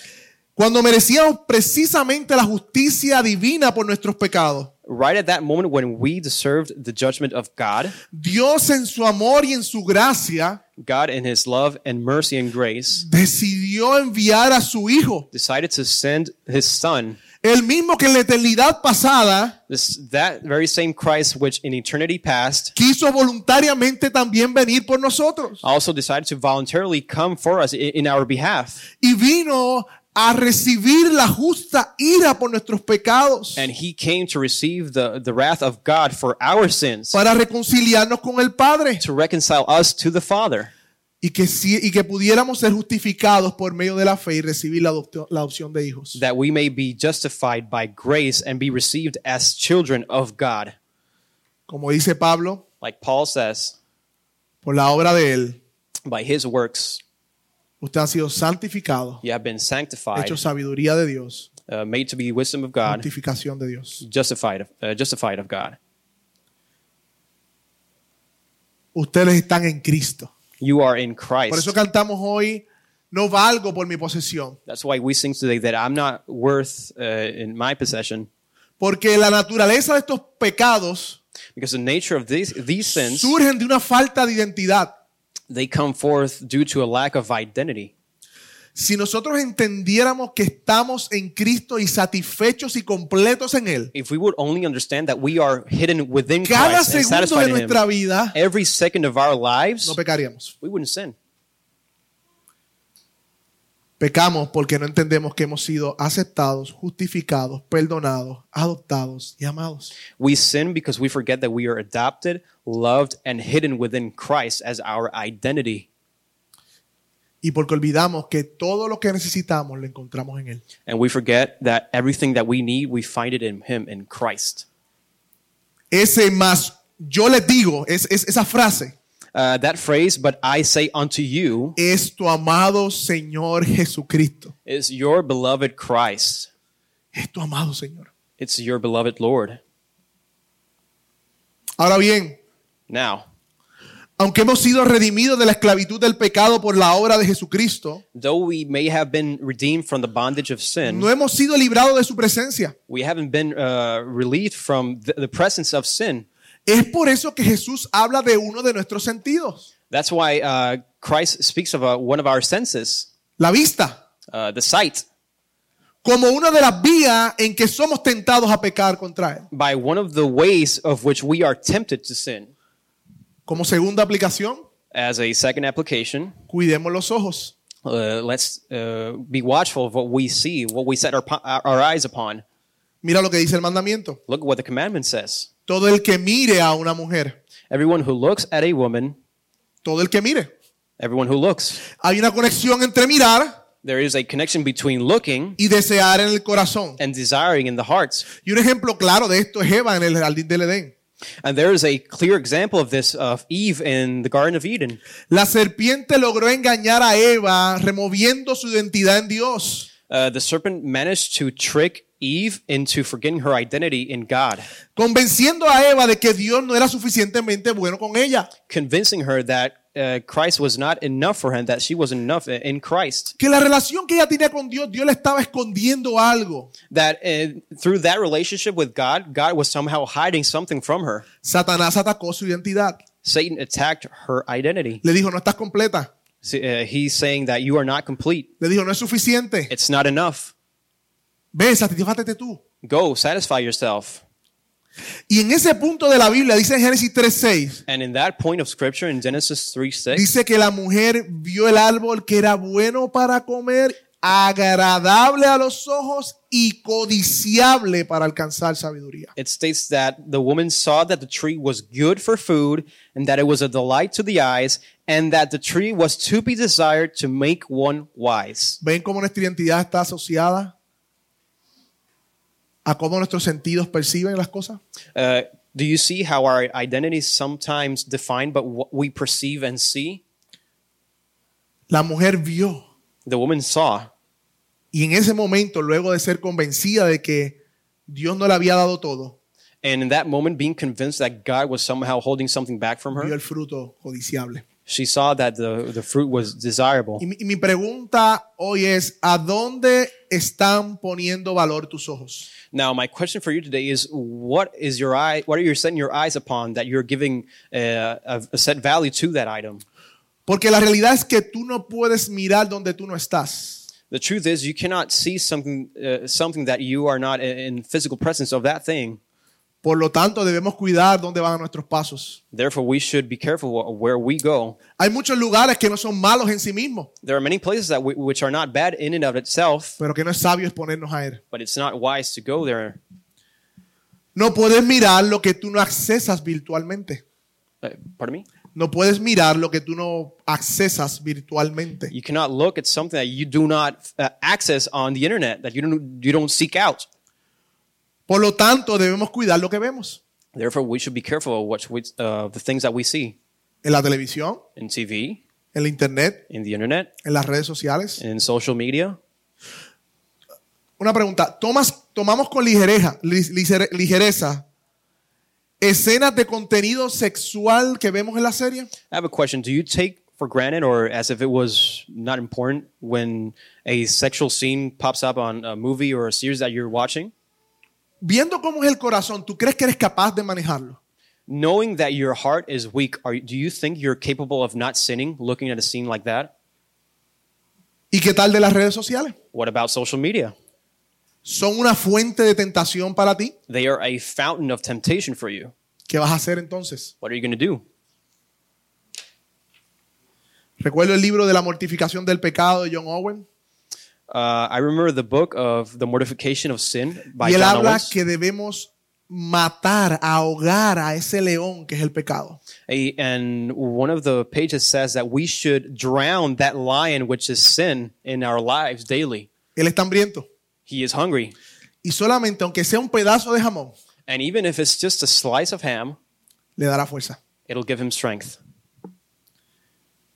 S2: Cuando merecíamos precisamente la justicia divina por nuestros pecados,
S3: right at that moment when we deserved the judgment of God,
S2: Dios en su amor y en su gracia
S3: God in his love and mercy and grace
S2: decidió enviar a su Hijo,
S3: decided to send his son,
S2: el mismo que en la eternidad pasada
S3: this, that very same Christ which in eternity past
S2: quiso voluntariamente también venir por nosotros
S3: also decided to voluntarily come for us i- in our behalf.
S2: y vino a recibir la justa ira por nuestros pecados
S3: And he came to receive the, the wrath of God for our sins,
S2: para reconciliarnos con el Padre.
S3: to reconcile us to the Father.
S2: y que, si- y que pudiéramos ser justificados por medio de la fe y recibir la, adopto- la adopción de hijos.
S3: that we may be justified by grace and be received as children of God.
S2: Como dice Pablo,
S3: Like Paul says,
S2: por la obra de Él,
S3: by his works
S2: ustedes han sido santificados,
S3: you have been sanctified,
S2: hechos sabiduría de Dios,
S3: uh, made to be wisdom of God,
S2: justificación de Dios.
S3: justified of, uh, justified of God.
S2: Ustedes están en Cristo.
S3: You are in
S2: Por eso
S3: Christ.
S2: cantamos hoy, no valgo por mi posesión,
S3: That's why we sing today that I'm not worth uh, in my possession
S2: porque la naturaleza de estos pecados
S3: because the nature of these these sins
S2: surgen de una falta de identidad.
S3: they come forth due to a lack of identity.
S2: Si nosotros entendiéramos que estamos en Cristo y satisfechos y completos en Él,
S3: If we would only understand that we are hidden within
S2: cada
S3: Christ and
S2: segundo de
S3: satisfied in
S2: nuestra
S3: Him,
S2: vida
S3: every second of our lives,
S2: no pecaríamos.
S3: we wouldn't sin.
S2: Pecamos porque no entendemos que hemos sido aceptados, justificados, perdonados, adoptados y amados.
S3: We sin because we forget that we are adopted, loved, and hidden within Christ as our identity.
S2: Y porque olvidamos que todo lo que necesitamos lo encontramos en Él.
S3: And we forget that everything that we need, we find it in Him, in Christ.
S2: Ese más, yo les digo, es, es- esa frase,
S3: Uh, that phrase, but I say unto you,
S2: es tu amado Señor Jesucristo.
S3: is your beloved Christ.
S2: Es tu amado Señor.
S3: It's your beloved Lord.
S2: Ahora bien,
S3: Now,
S2: aunque hemos sido redimidos de la esclavitud del pecado por la obra de Jesucristo,
S3: though we may have been redeemed from the bondage of sin,
S2: no hemos sido librados de su presencia.
S3: we haven't been uh, relieved from the, the presence of sin.
S2: Es por eso que Jesús habla de uno de nuestros sentidos,
S3: That's why uh, Christ speaks of uh, one of our senses,
S2: la vista,
S3: uh, the sight.
S2: como una de las vías en que somos tentados a pecar contra Él.
S3: by one of the ways of which we are tempted to sin.
S2: Como segunda aplicación,
S3: As a second application,
S2: cuidemos los ojos.
S3: uh, let's uh, be watchful of what we see, what we set our, po- our our eyes upon.
S2: Mira lo que dice el mandamiento.
S3: Look at what the commandment says.
S2: Todo el que mire a una mujer,
S3: Everyone who looks at a woman,
S2: todo el que mire.
S3: everyone who looks,
S2: Hay una conexión entre mirar
S3: there is a connection between looking
S2: y desear en el corazón.
S3: and desiring in the hearts.
S2: Y un ejemplo claro de esto es Eva en el jardín del Edén.
S3: And there is a clear example of this of Eve in the Garden of Eden.
S2: La serpiente logró engañar a Eva removiendo su identidad en Dios.
S3: Uh, the serpent managed to trick Eve into forgetting her identity in God.
S2: convenciendo a Eva de que Dios no era suficientemente bueno con ella,
S3: convincing her that uh, Christ was not enough for her, that she was enough in Christ.
S2: que la relación que ella tenía con Dios, Dios le estaba escondiendo algo.
S3: That uh, through that relationship with God, God was somehow hiding something from her.
S2: Satanás atacó su identidad.
S3: Satan attacked her identity.
S2: Le dijo, no estás completa.
S3: S- uh, he's saying that you are not complete.
S2: Le dijo, no es suficiente.
S3: It's not enough.
S2: Ve, satisfácete tú.
S3: Go, satisfy yourself.
S2: Y en ese punto de la Biblia, dice en Génesis 3.6,
S3: And in that point of scripture in Genesis 3 6,
S2: dice que la mujer vio el árbol que era bueno para comer, agradable a los ojos y codiciable para alcanzar sabiduría.
S3: it states that the woman saw that the tree was good for food and that it was a delight to the eyes and that the tree was to be desired to make one wise.
S2: ¿Ven cómo nuestra identidad está asociada a cómo nuestros sentidos perciben las cosas?
S3: Uh, do you see how our identity is sometimes defined by what we perceive and see?
S2: La mujer vio
S3: The woman saw,
S2: y en ese momento, luego de ser convencida de que Dios no le había dado todo,
S3: and in that moment, being convinced that God was somehow holding something back from
S2: vio
S3: her,
S2: el fruto codiciable.
S3: she saw that the, the fruit was desirable.
S2: Y mi, y mi pregunta hoy es, ¿a dónde están poniendo valor tus ojos?
S3: Now, my question for you today is: What is your eye? What are you setting your eyes upon that you're giving uh, a, a set value to that item?
S2: Porque la realidad es que tú no puedes mirar donde tú no estás.
S3: The truth is, you cannot see something uh, something that you are not in- in physical presence of that thing.
S2: Por lo tanto, debemos cuidar dónde van nuestros pasos.
S3: Therefore, we should be careful wh- where we go.
S2: Hay muchos lugares que no son malos en sí mismos,
S3: There are many places that we, which are not bad in and of itself,
S2: pero que no es sabio exponernos a él.
S3: but it's not wise to go there.
S2: No puedes mirar lo que tú no accesas virtualmente.
S3: Uh, pardon me.
S2: No puedes mirar lo que tú no accesas virtualmente.
S3: You cannot look at something that you do not uh, access on the internet, that you don't, you don't seek out.
S2: Por lo tanto, debemos cuidar lo que vemos
S3: Therefore, we should be careful of what, we- uh, the things that we see
S2: en la televisión,
S3: in TV,
S2: en la internet,
S3: in the internet,
S2: en las redes sociales.
S3: in social media.
S2: Una pregunta, ¿tomas, tomamos con ligereza, li- ligere- ligereza escenas de contenido sexual que vemos en la serie?
S3: I have a question. Do you take for granted or as if it was not important when a sexual scene pops up on a movie or a series that you're watching?
S2: Viendo cómo es el corazón, ¿tú crees que eres capaz de manejarlo?
S3: Knowing that your heart is weak, are, you- do you think you're capable of not sinning looking at a scene like that?
S2: ¿Y qué tal de las redes sociales?
S3: What about social media?
S2: ¿Son una fuente de tentación para ti?
S3: They are a fountain of temptation for you.
S2: ¿Qué vas a hacer entonces?
S3: What are you going to do?
S2: Recuerdo el libro de la mortificación del pecado de John Owen.
S3: Uh, I remember the book of The Mortification of Sin by
S2: y él
S3: John
S2: habla
S3: Owens.
S2: que debemos matar, ahogar a ese león que es el pecado.
S3: A- and one of the pages says that we should drown that lion, which is sin, in our lives daily.
S2: Él está hambriento.
S3: He is hungry.
S2: Y solamente, aunque sea un pedazo de jamón,
S3: And even if it's just a slice of ham,
S2: le dará fuerza.
S3: it'll give him strength.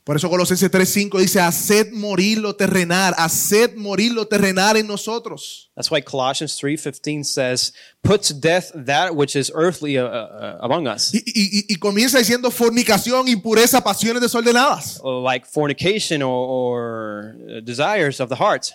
S2: Por eso Colosenses 3.5 dice, haced morir lo terrenal, haced morir lo terrenal en nosotros.
S3: That's why Colossians 3:15 says, "Put to death that which is earthly uh, uh, among us,
S2: Y, y- y- y comienza diciendo fornicación, impureza, pasiones desordenadas.
S3: like fornication or, or uh, desires of the heart."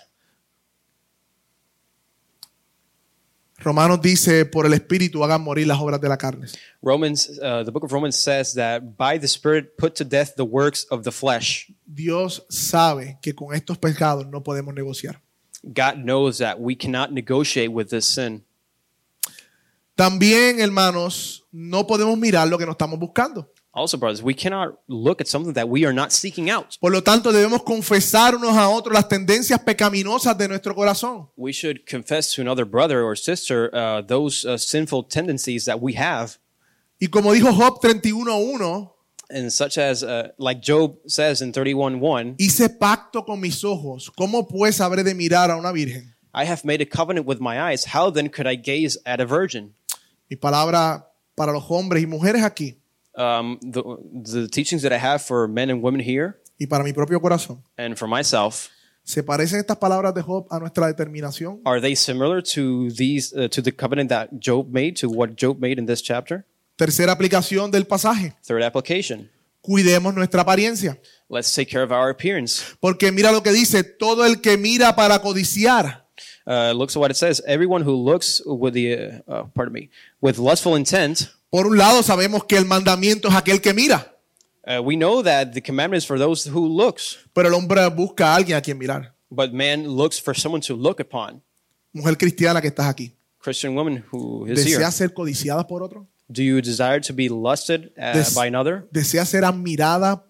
S2: Romanos dice, por el Espíritu hagan morir las obras de la carne.
S3: Romans, uh, the book of Romans says that by the Spirit put to death the works of the flesh.
S2: Dios sabe que con estos pecados no podemos negociar.
S3: God knows that we cannot negotiate with this sin.
S2: También, hermanos, no podemos mirar lo que no estamos buscando.
S3: Also, brothers, we cannot look at something that we are not seeking out.
S2: Por lo tanto, debemos confesar unos a otros las tendencias pecaminosas de nuestro corazón.
S3: We should confess to another brother or sister uh, those uh, sinful tendencies that we have,
S2: Y como dijo Job 31.1,
S3: and such as, uh, like Job says in thirty-one one,
S2: hice pacto con mis ojos. ¿Cómo pues habré de mirar a una virgen?
S3: I have made a covenant with my eyes. How then could I gaze at a virgin?
S2: Mi palabra para los hombres y mujeres aquí
S3: Um, the, the teachings that I have for men and women here,
S2: y para mi propio corazón.
S3: and for myself,
S2: ¿Se parecen estas palabras de Job a nuestra determinación?
S3: are they similar to these uh, to the covenant that Job made to what Job made in this chapter?
S2: Tercera aplicación del pasaje.
S3: Third application.
S2: Cuidemos nuestra apariencia.
S3: Let's take care of our appearance.
S2: Porque mira lo que dice, todo el que mira para codiciar.
S3: Uh, looks at what it says. Everyone who looks with the uh, uh, pardon me with lustful intent.
S2: Por un lado sabemos que el mandamiento es aquel que mira,
S3: Uh, we know that the commandment is for those who looks,
S2: pero el hombre busca a alguien a quien mirar.
S3: but man looks for someone to look upon.
S2: Mujer cristiana que estás aquí,
S3: Christian woman who is here.
S2: ¿deseas ser codiciada por otro?
S3: Do you desire to be lusted uh,
S2: Des-
S3: by another?
S2: ¿Deseas ser admirada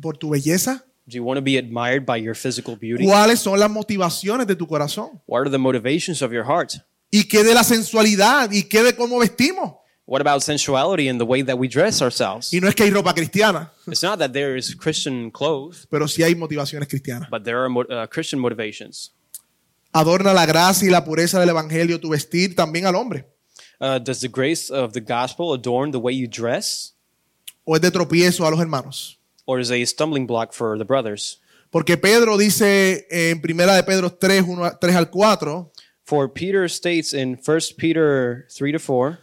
S2: por tu belleza?
S3: Do you want to be admired by your physical beauty?
S2: ¿Cuáles son las motivaciones de tu corazón?
S3: What are the motivations of your heart?
S2: ¿Y qué de la sensualidad? ¿Y qué de cómo vestimos?
S3: What about sensuality and the way that we dress ourselves?
S2: Y no es que hay ropa cristiana,
S3: It's not that there is Christian clothes,
S2: pero sí hay motivaciones cristianas.
S3: but there are mo- uh, Christian motivations.
S2: Adorna la gracia y la pureza del evangelio tu vestir también al hombre.
S3: Uh, does the grace of the gospel adorn the way you dress,
S2: o es de tropiezo a los hermanos.
S3: or is it a stumbling block for the brothers?
S2: Porque Pedro dice en primera de Pedro 3, 1 a- 3 al 4,
S3: For Peter states in 1 Peter 3 to 4,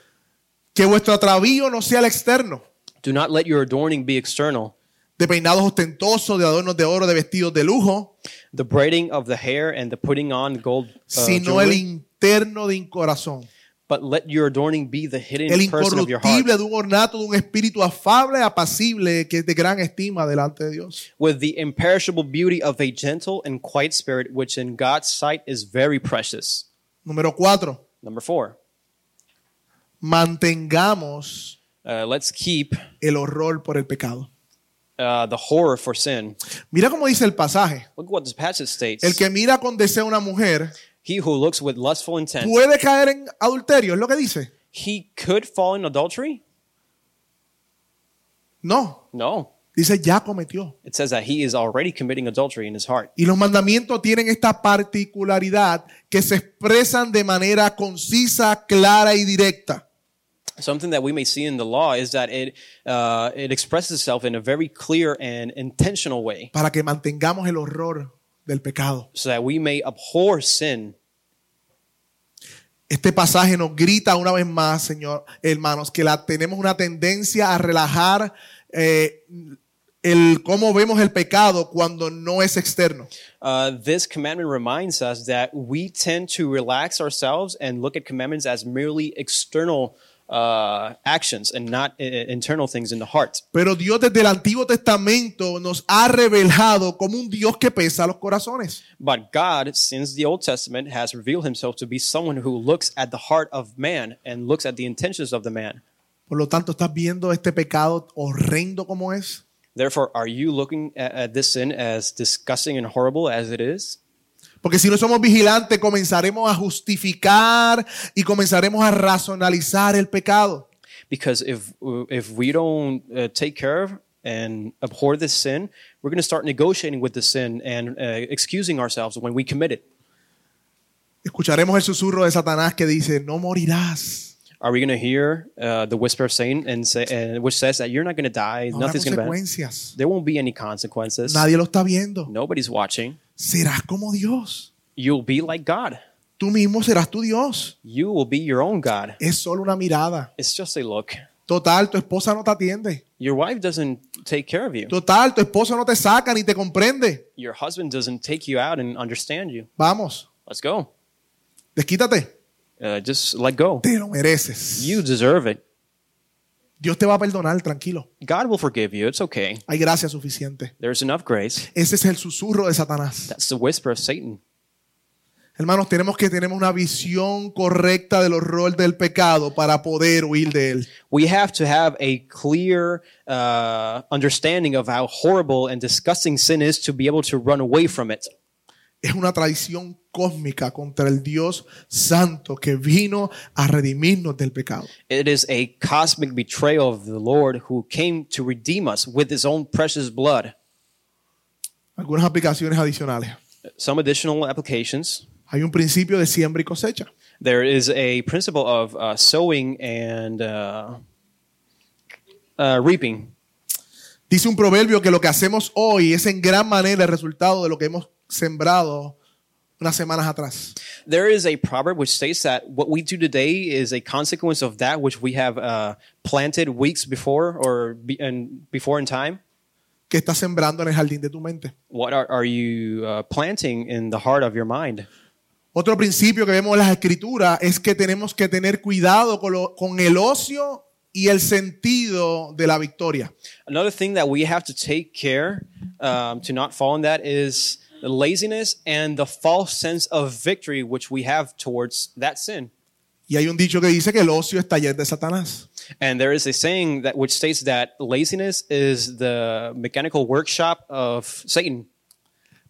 S2: que vuestro atravío no sea el externo,
S3: do not let your adorning be external,
S2: de peinados ostentosos, de adornos de oro, de vestidos de lujo,
S3: the braiding of the hair and the putting on gold, uh,
S2: sino el
S3: jewelry,
S2: interno de un corazón,
S3: but let your adorning be the hidden
S2: el
S3: person of your heart,
S2: incorruptible de un ornato, de un espíritu afable, apacible, que es de gran estima delante de Dios.
S3: with the imperishable beauty of a gentle and quiet spirit, which in God's sight is very precious.
S2: Número 4,
S3: Number four,
S2: mantengamos
S3: uh, let's keep
S2: el horror por el pecado.
S3: uh, the horror for sin.
S2: Mira cómo dice el pasaje.
S3: Look what this passage states.
S2: El que mira con deseo a una mujer
S3: he who looks with lustful intent,
S2: puede caer en adulterio, es lo que dice.
S3: he could fall in adultery.
S2: No,
S3: No.
S2: dice ya cometió.
S3: It says that he is already committing adultery in his heart.
S2: Y los mandamientos tienen esta particularidad que se expresan de manera concisa, clara y directa.
S3: Something that we may see in the law is that it, uh, it expresses itself in a very clear and intentional way
S2: para que mantengamos el horror del pecado.
S3: so that we may abhor sin.
S2: Este pasaje nos grita una vez más, Señor, hermanos, que la, tenemos una tendencia a relajar eh, el cómo vemos el pecado cuando no es externo.
S3: Uh, this commandment reminds us that we tend to relax ourselves and look at commandments as merely external uh, actions and not uh, internal things in the heart.
S2: Pero Dios desde el Antiguo Testamento nos ha revelado como un Dios que pesa los corazones.
S3: But God, since the Old Testament, has revealed himself to be someone who looks at the heart of man and looks at the intentions of the man.
S2: Por lo tanto, estás viendo este pecado horrendo como es.
S3: Therefore, are you looking at, at this sin as disgusting and horrible as it is?
S2: Porque si no somos vigilantes, comenzaremos a justificar y comenzaremos a racionalizar el pecado.
S3: Because if if we don't uh, take care of and abhor this sin, we're going to start negotiating with the sin and uh, excusing ourselves when we commit it.
S2: Escucharemos el susurro de Satanás que dice, no morirás.
S3: Are we going to hear uh, the whisper of Satan and say, and which says that you're not going to die,
S2: No habrá
S3: nothing's going to happen.
S2: consecuencias.
S3: There won't be any consequences.
S2: Nadie lo está viendo.
S3: Nobody's watching.
S2: Serás como Dios.
S3: You'll be like God.
S2: Tú mismo serás tu Dios.
S3: You will be your own God.
S2: Es solo una mirada.
S3: It's just a look.
S2: Total, tu esposa no te atiende.
S3: Your wife doesn't take care of you.
S2: Total, tu esposo no te saca ni te comprende.
S3: Your husband doesn't take you out and understand you.
S2: Vamos,
S3: Let's go.
S2: desquítate.
S3: Uh, just let go.
S2: Te lo mereces.
S3: You deserve it.
S2: Dios te va a perdonar, tranquilo.
S3: God will forgive you. It's okay.
S2: Hay gracia suficiente.
S3: There's enough grace.
S2: Ese es el susurro de Satanás.
S3: That's the whisper of Satan.
S2: Hermanos, tenemos que tener una visión correcta del horror del pecado para poder huir de él.
S3: We have to have a clear uh, understanding of how horrible and disgusting sin is to be able to run away from it.
S2: es una traición cósmica contra el Dios Santo que vino a redimirnos del pecado.
S3: It is a cosmic betrayal of the Lord who came to redeem us with his own precious blood.
S2: Algunas aplicaciones adicionales.
S3: Some additional applications.
S2: Hay un principio de siembra y cosecha.
S3: There is a principle of uh, sowing and uh, uh, reaping.
S2: Dice un proverbio que lo que hacemos hoy es en gran manera el resultado de lo que hemos sembrado unas semanas atrás.
S3: There is a proverb which states that what we do today is a consequence of that which we have uh, planted weeks before or be, and before in time.
S2: que estás sembrando en el jardín de tu mente?
S3: What are, are you uh, planting in the heart of your mind?
S2: Otro principio que vemos en las escrituras es que tenemos que tener cuidado con, lo- con el ocio y el sentido de la victoria.
S3: Another thing that we have to take care um, to not fall in that is the laziness and the false sense of victory which we have towards that sin.
S2: Y hay un dicho que dice que el ocio es taller de Satanás.
S3: And there is a saying that which states that laziness is the mechanical workshop of Satan.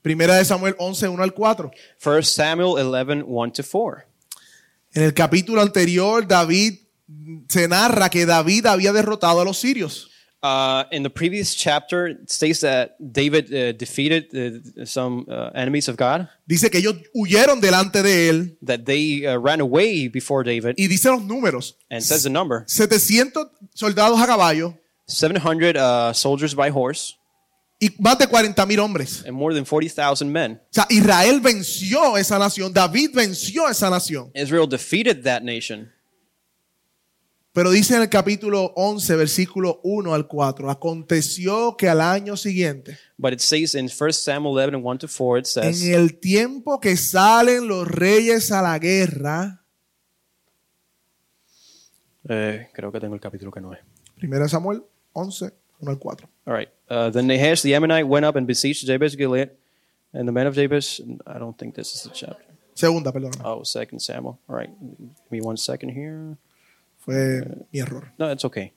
S2: Primera de Samuel 11, 1 al 4.
S3: 1 Samuel 11, 1 to 4.
S2: En el capítulo anterior, David se narra que David había derrotado a los sirios.
S3: Uh, in the previous chapter, it states that David uh, defeated uh, some uh, enemies of God,
S2: Dice que ellos huyeron delante de él
S3: that they uh, ran away before David,
S2: y dice los números.
S3: and says the number
S2: 700 soldados a caballo
S3: 700 uh, soldiers by horse
S2: y más de 40 mil hombres.
S3: and more than 40,000 men.
S2: O sea, Israel venció esa nación, David venció esa nación.
S3: Israel defeated that nation.
S2: Pero dice en el capítulo 11, versículo 1 al 4, aconteció que al año siguiente,
S3: But it says in 1 Samuel 11 and 1 to 4, it says,
S2: En el tiempo que salen los reyes a la guerra,
S3: Eh, creo que tengo el capítulo que no es.
S2: 1 Samuel 11, 1 al 4.
S3: All right. Uh, then Nahash the Ammonite went up and besieged Jabesh Gilead, and the men of Jabesh. I don't think this is the chapter.
S2: Segunda, perdón.
S3: Oh, second Samuel. All right. Give me one second here.
S2: Fue mi error.
S3: No, it's okay.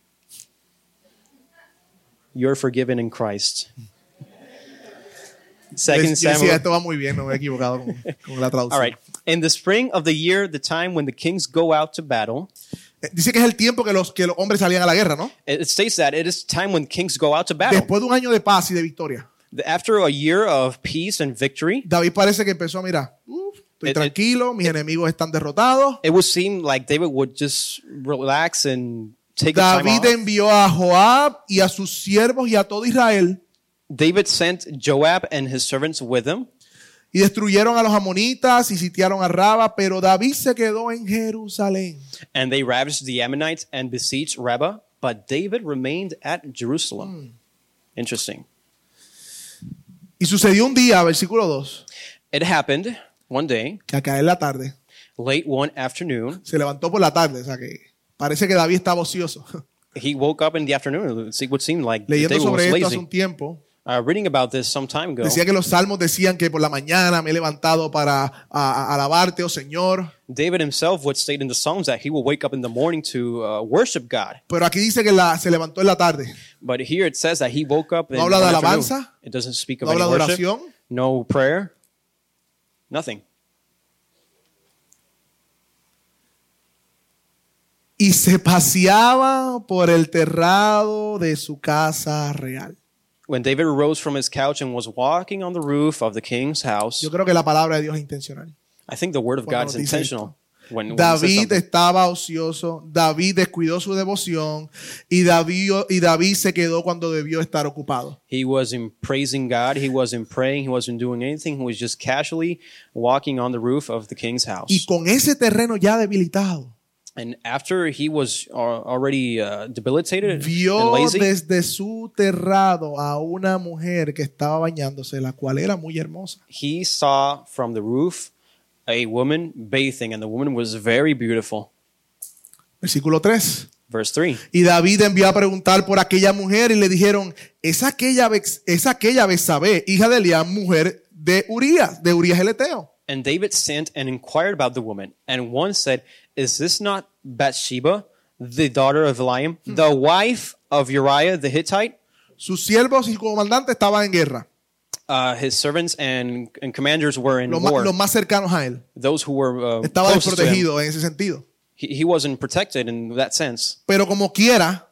S3: You're forgiven in Christ.
S2: Yo
S3: Second
S2: decía,
S3: Samuel.
S2: esto va muy bien, no me he equivocado con, con la traducción.
S3: All right. In the spring of the year, the time when the kings go out to battle,
S2: Eh, Dice que es el tiempo que los, que los hombres salían a la guerra, ¿no?
S3: It it states that it is time when kings go out to battle.
S2: Después de un año de paz y de victoria,
S3: After a year of peace and victory,
S2: David parece que empezó a mirar, "Uf, estoy
S3: Eh, eh,
S2: tranquilo, mis enemigos están derrotados.
S3: it would seem like David would just relax and take the time
S2: David
S3: off.
S2: envió a Joab y a sus siervos y a todo Israel
S3: David sent Joab and his servants with him.
S2: y destruyeron a los amonitas y sitiaron a Raba, pero David se quedó en Jerusalén.
S3: And they ravaged the Ammonites and besieged Rabbah, but David remained at Jerusalem.
S2: Hmm.
S3: Interesting.
S2: Y sucedió un día, versículo 2,
S3: It happened one day,
S2: que a caer la tarde,
S3: late one afternoon.
S2: se levantó por la tarde, o sea que parece que David estaba ocioso.
S3: He woke up in the afternoon. It would seem like
S2: Leyendo
S3: David
S2: sobre
S3: was
S2: esto hace un
S3: lazy.
S2: tiempo,
S3: Uh, reading about this some time ago,
S2: decía que los salmos decían que por la mañana me he levantado para a- a- alabarte, oh Señor.
S3: David himself would state in the Psalms that he will wake up in the morning to uh, worship God.
S2: Pero aquí dice que la, se levantó en la tarde.
S3: But here it says that he woke up in
S2: No habla de
S3: one afternoon.
S2: alabanza.
S3: It doesn't speak of
S2: No
S3: any
S2: habla de
S3: worship.
S2: oración.
S3: No prayer. Nothing.
S2: Y se paseaba por el terrado de su casa real.
S3: When David arose from his couch and was walking on the roof of the king's house,
S2: Yo creo que la palabra de Dios es intencional.
S3: I think the word of
S2: Cuando
S3: God is
S2: dice
S3: intentional. When, when it says
S2: David
S3: something.
S2: estaba ocioso, David descuidó su devoción y David, y David se quedó cuando debió estar ocupado.
S3: he wasn't praising God, he wasn't praying, he wasn't doing anything, he was just casually walking on the roof of the king's house.
S2: Y con ese terreno ya debilitado,
S3: and after he was al- already uh, debilitated and
S2: vio
S3: lazy,
S2: desde su terrado a una mujer que estaba bañándose, la cual era muy hermosa.
S3: he saw from the roof a woman bathing, and the woman was very beautiful.
S2: Versículo 3.
S3: Verse 3.
S2: Y David envió a preguntar por aquella mujer y le dijeron, es aquella, Bex- es aquella Besabé, hija de Eliam, mujer de Urías, de Urías el Eteo.
S3: And David sent and inquired about the woman. And one said, Is this not Bathsheba, the daughter of Eliam,
S2: Hmm.
S3: the wife of Uriah the Hittite?
S2: Sus siervos y comandantes estaban en guerra,
S3: Uh, his servants and, and commanders were in
S2: los más,
S3: war.
S2: los más cercanos a él.
S3: Those who were uh,
S2: Estaba
S3: closest to him.
S2: desprotegido en ese sentido.
S3: He, he wasn't protected in that sense.
S2: Pero como quiera,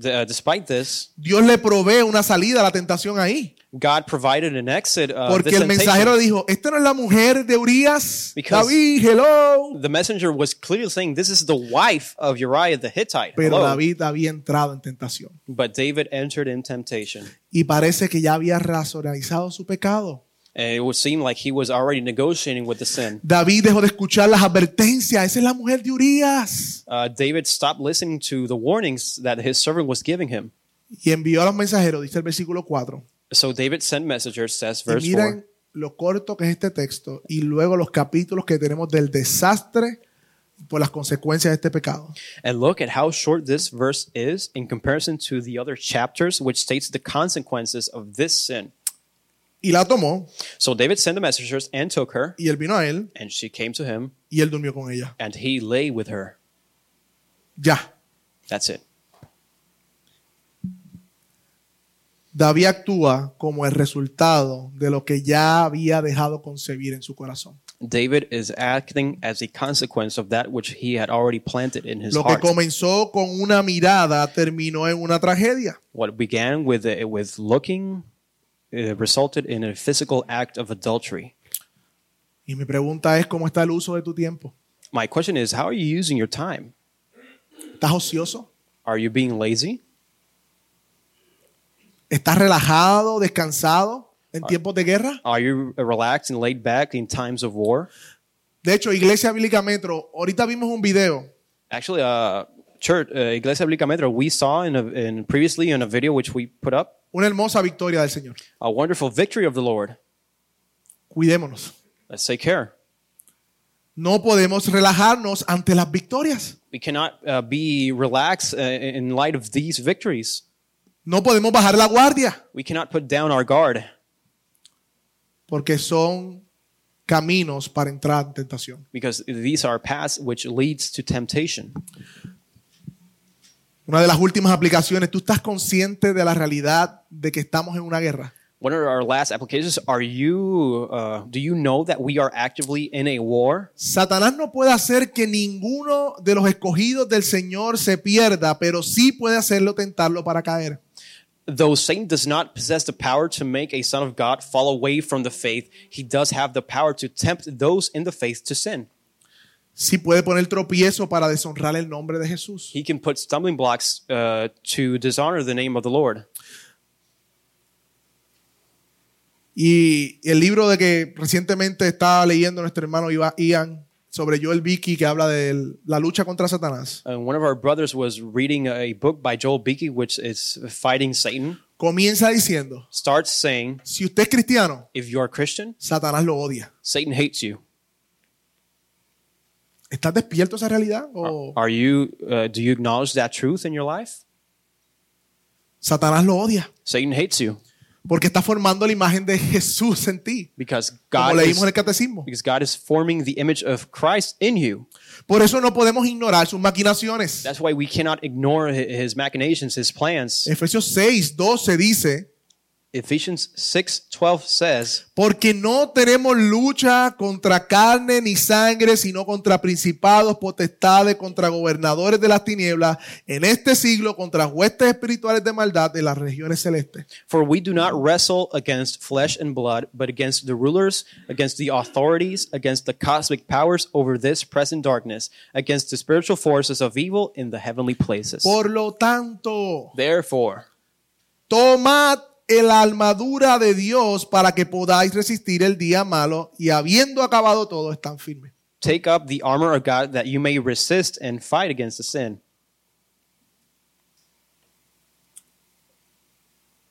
S3: The- uh, despite this,
S2: Dios le provee una salida a la tentación ahí.
S3: God provided an exit. Uh,
S2: Porque
S3: this
S2: el
S3: temptation.
S2: mensajero dijo, esta no es la mujer de Urias.
S3: Because-
S2: David, hello.
S3: the messenger was clearly saying, "This is the wife of Uriah the Hittite."
S2: Pero
S3: Hello.
S2: David había entrado en tentación.
S3: But David entered in temptation,
S2: Y parece que ya había racionalizado su pecado.
S3: and it would seem like he was already negotiating with the sin.
S2: David dejó de escuchar las advertencias. Esa es la mujer de Urias.
S3: Uh, David stopped listening to the warnings that his servant was giving him.
S2: Y envió a los mensajeros, dice el versículo 4.
S3: So David sent messengers, says
S2: Y
S3: verse
S2: miren
S3: four.
S2: lo corto que es este texto y luego los capítulos que tenemos del desastre por las consecuencias de este pecado.
S3: And look at how short this verse is in comparison to the other chapters, which states the consequences of this sin.
S2: Y la tomó
S3: So David sent the messengers and took her,
S2: y él vino a él
S3: and she came to him,
S2: y él durmió con ella.
S3: and he lay with her.
S2: Ya.
S3: That's it.
S2: David actúa como el resultado de lo que ya había dejado concebir en su corazón.
S3: David is acting as a consequence of that which he had already planted in his
S2: Lo que
S3: heart.
S2: comenzó con una mirada terminó en una tragedia.
S3: What began with uh, with looking uh, resulted in a physical act of adultery.
S2: Y mi pregunta es, ¿cómo está el uso de tu tiempo?
S3: My question is, how are you using your time?
S2: ¿Estás ocioso?
S3: Are you being lazy?
S2: ¿Estás relajado, descansado
S3: Ah.
S2: en tiempos de guerra?
S3: Are you relaxed and laid back in times of war?
S2: De hecho, Iglesia Bíblica Metro, ahorita vimos un video
S3: Actually, uh, church, uh, Iglesia Bíblica Metro, we saw in, a, in previously in a video which we put up
S2: una hermosa victoria del Señor.
S3: a wonderful victory of the Lord.
S2: Cuidémonos.
S3: Let's take care.
S2: No podemos relajarnos ante las victorias.
S3: We cannot uh, be relaxed uh, in light of these victories.
S2: No podemos bajar la guardia
S3: We cannot put down our guard
S2: porque son caminos para entrar en tentación.
S3: because these are paths which leads to temptation.
S2: Una de las últimas aplicaciones, ¿tú estás consciente de la realidad de que estamos en una guerra?
S3: One of our last applications: Are you? Uh, do you know that we are actively in a war?
S2: Satanás no puede hacer que ninguno de los escogidos del Señor se pierda, pero sí puede hacerlo tentarlo para caer.
S3: Though Satan does not possess the power to make a son of God fall away from the faith, he does have the power to tempt those in the faith to sin.
S2: Sí puede poner tropiezo para deshonrar el nombre de Jesús.
S3: He can put stumbling blocks uh, to dishonor the name of the Lord.
S2: Y el libro de que recientemente estaba leyendo nuestro hermano Iva- Ian sobre Joel Vicky que habla de el- la lucha contra Satanás,
S3: Uh, one of our brothers was reading a book by Joel Beakey, which is Fighting Satan,
S2: comienza diciendo,
S3: starts saying,
S2: si usted es cristiano,
S3: If you're a Christian,
S2: Satanás lo odia.
S3: Satan hates you.
S2: ¿Estás despierto a esa realidad? ¿O
S3: Are you, uh, do you acknowledge that truth in your life?
S2: Satanás lo odia?
S3: Satan hates you
S2: Porque está formando la imagen de Jesús en ti,
S3: because
S2: como
S3: God,
S2: leímos en el
S3: is,
S2: catecismo.
S3: because God is forming the image of Christ in you.
S2: Por eso no podemos ignorar sus maquinaciones.
S3: That's why we cannot ignore hi- his machinations, his plans.
S2: Efesios 6, 12 dice,
S3: Ephesians 6 12 says,
S2: porque no tenemos lucha contra carne ni sangre, sino contra principados, potestades, contra gobernadores de las tinieblas, en este siglo, contra huestes espirituales de maldad de las regiones celestes.
S3: For we do not wrestle against flesh and blood, but against the rulers, against the authorities, against the cosmic powers over this present darkness, against the spiritual forces of evil in the heavenly places.
S2: Por lo tanto,
S3: Therefore,
S2: tomad la armadura de Dios para que podáis resistir el día malo y habiendo acabado todo, están firmes.
S3: take up the armor of God that you may resist and fight against the sin.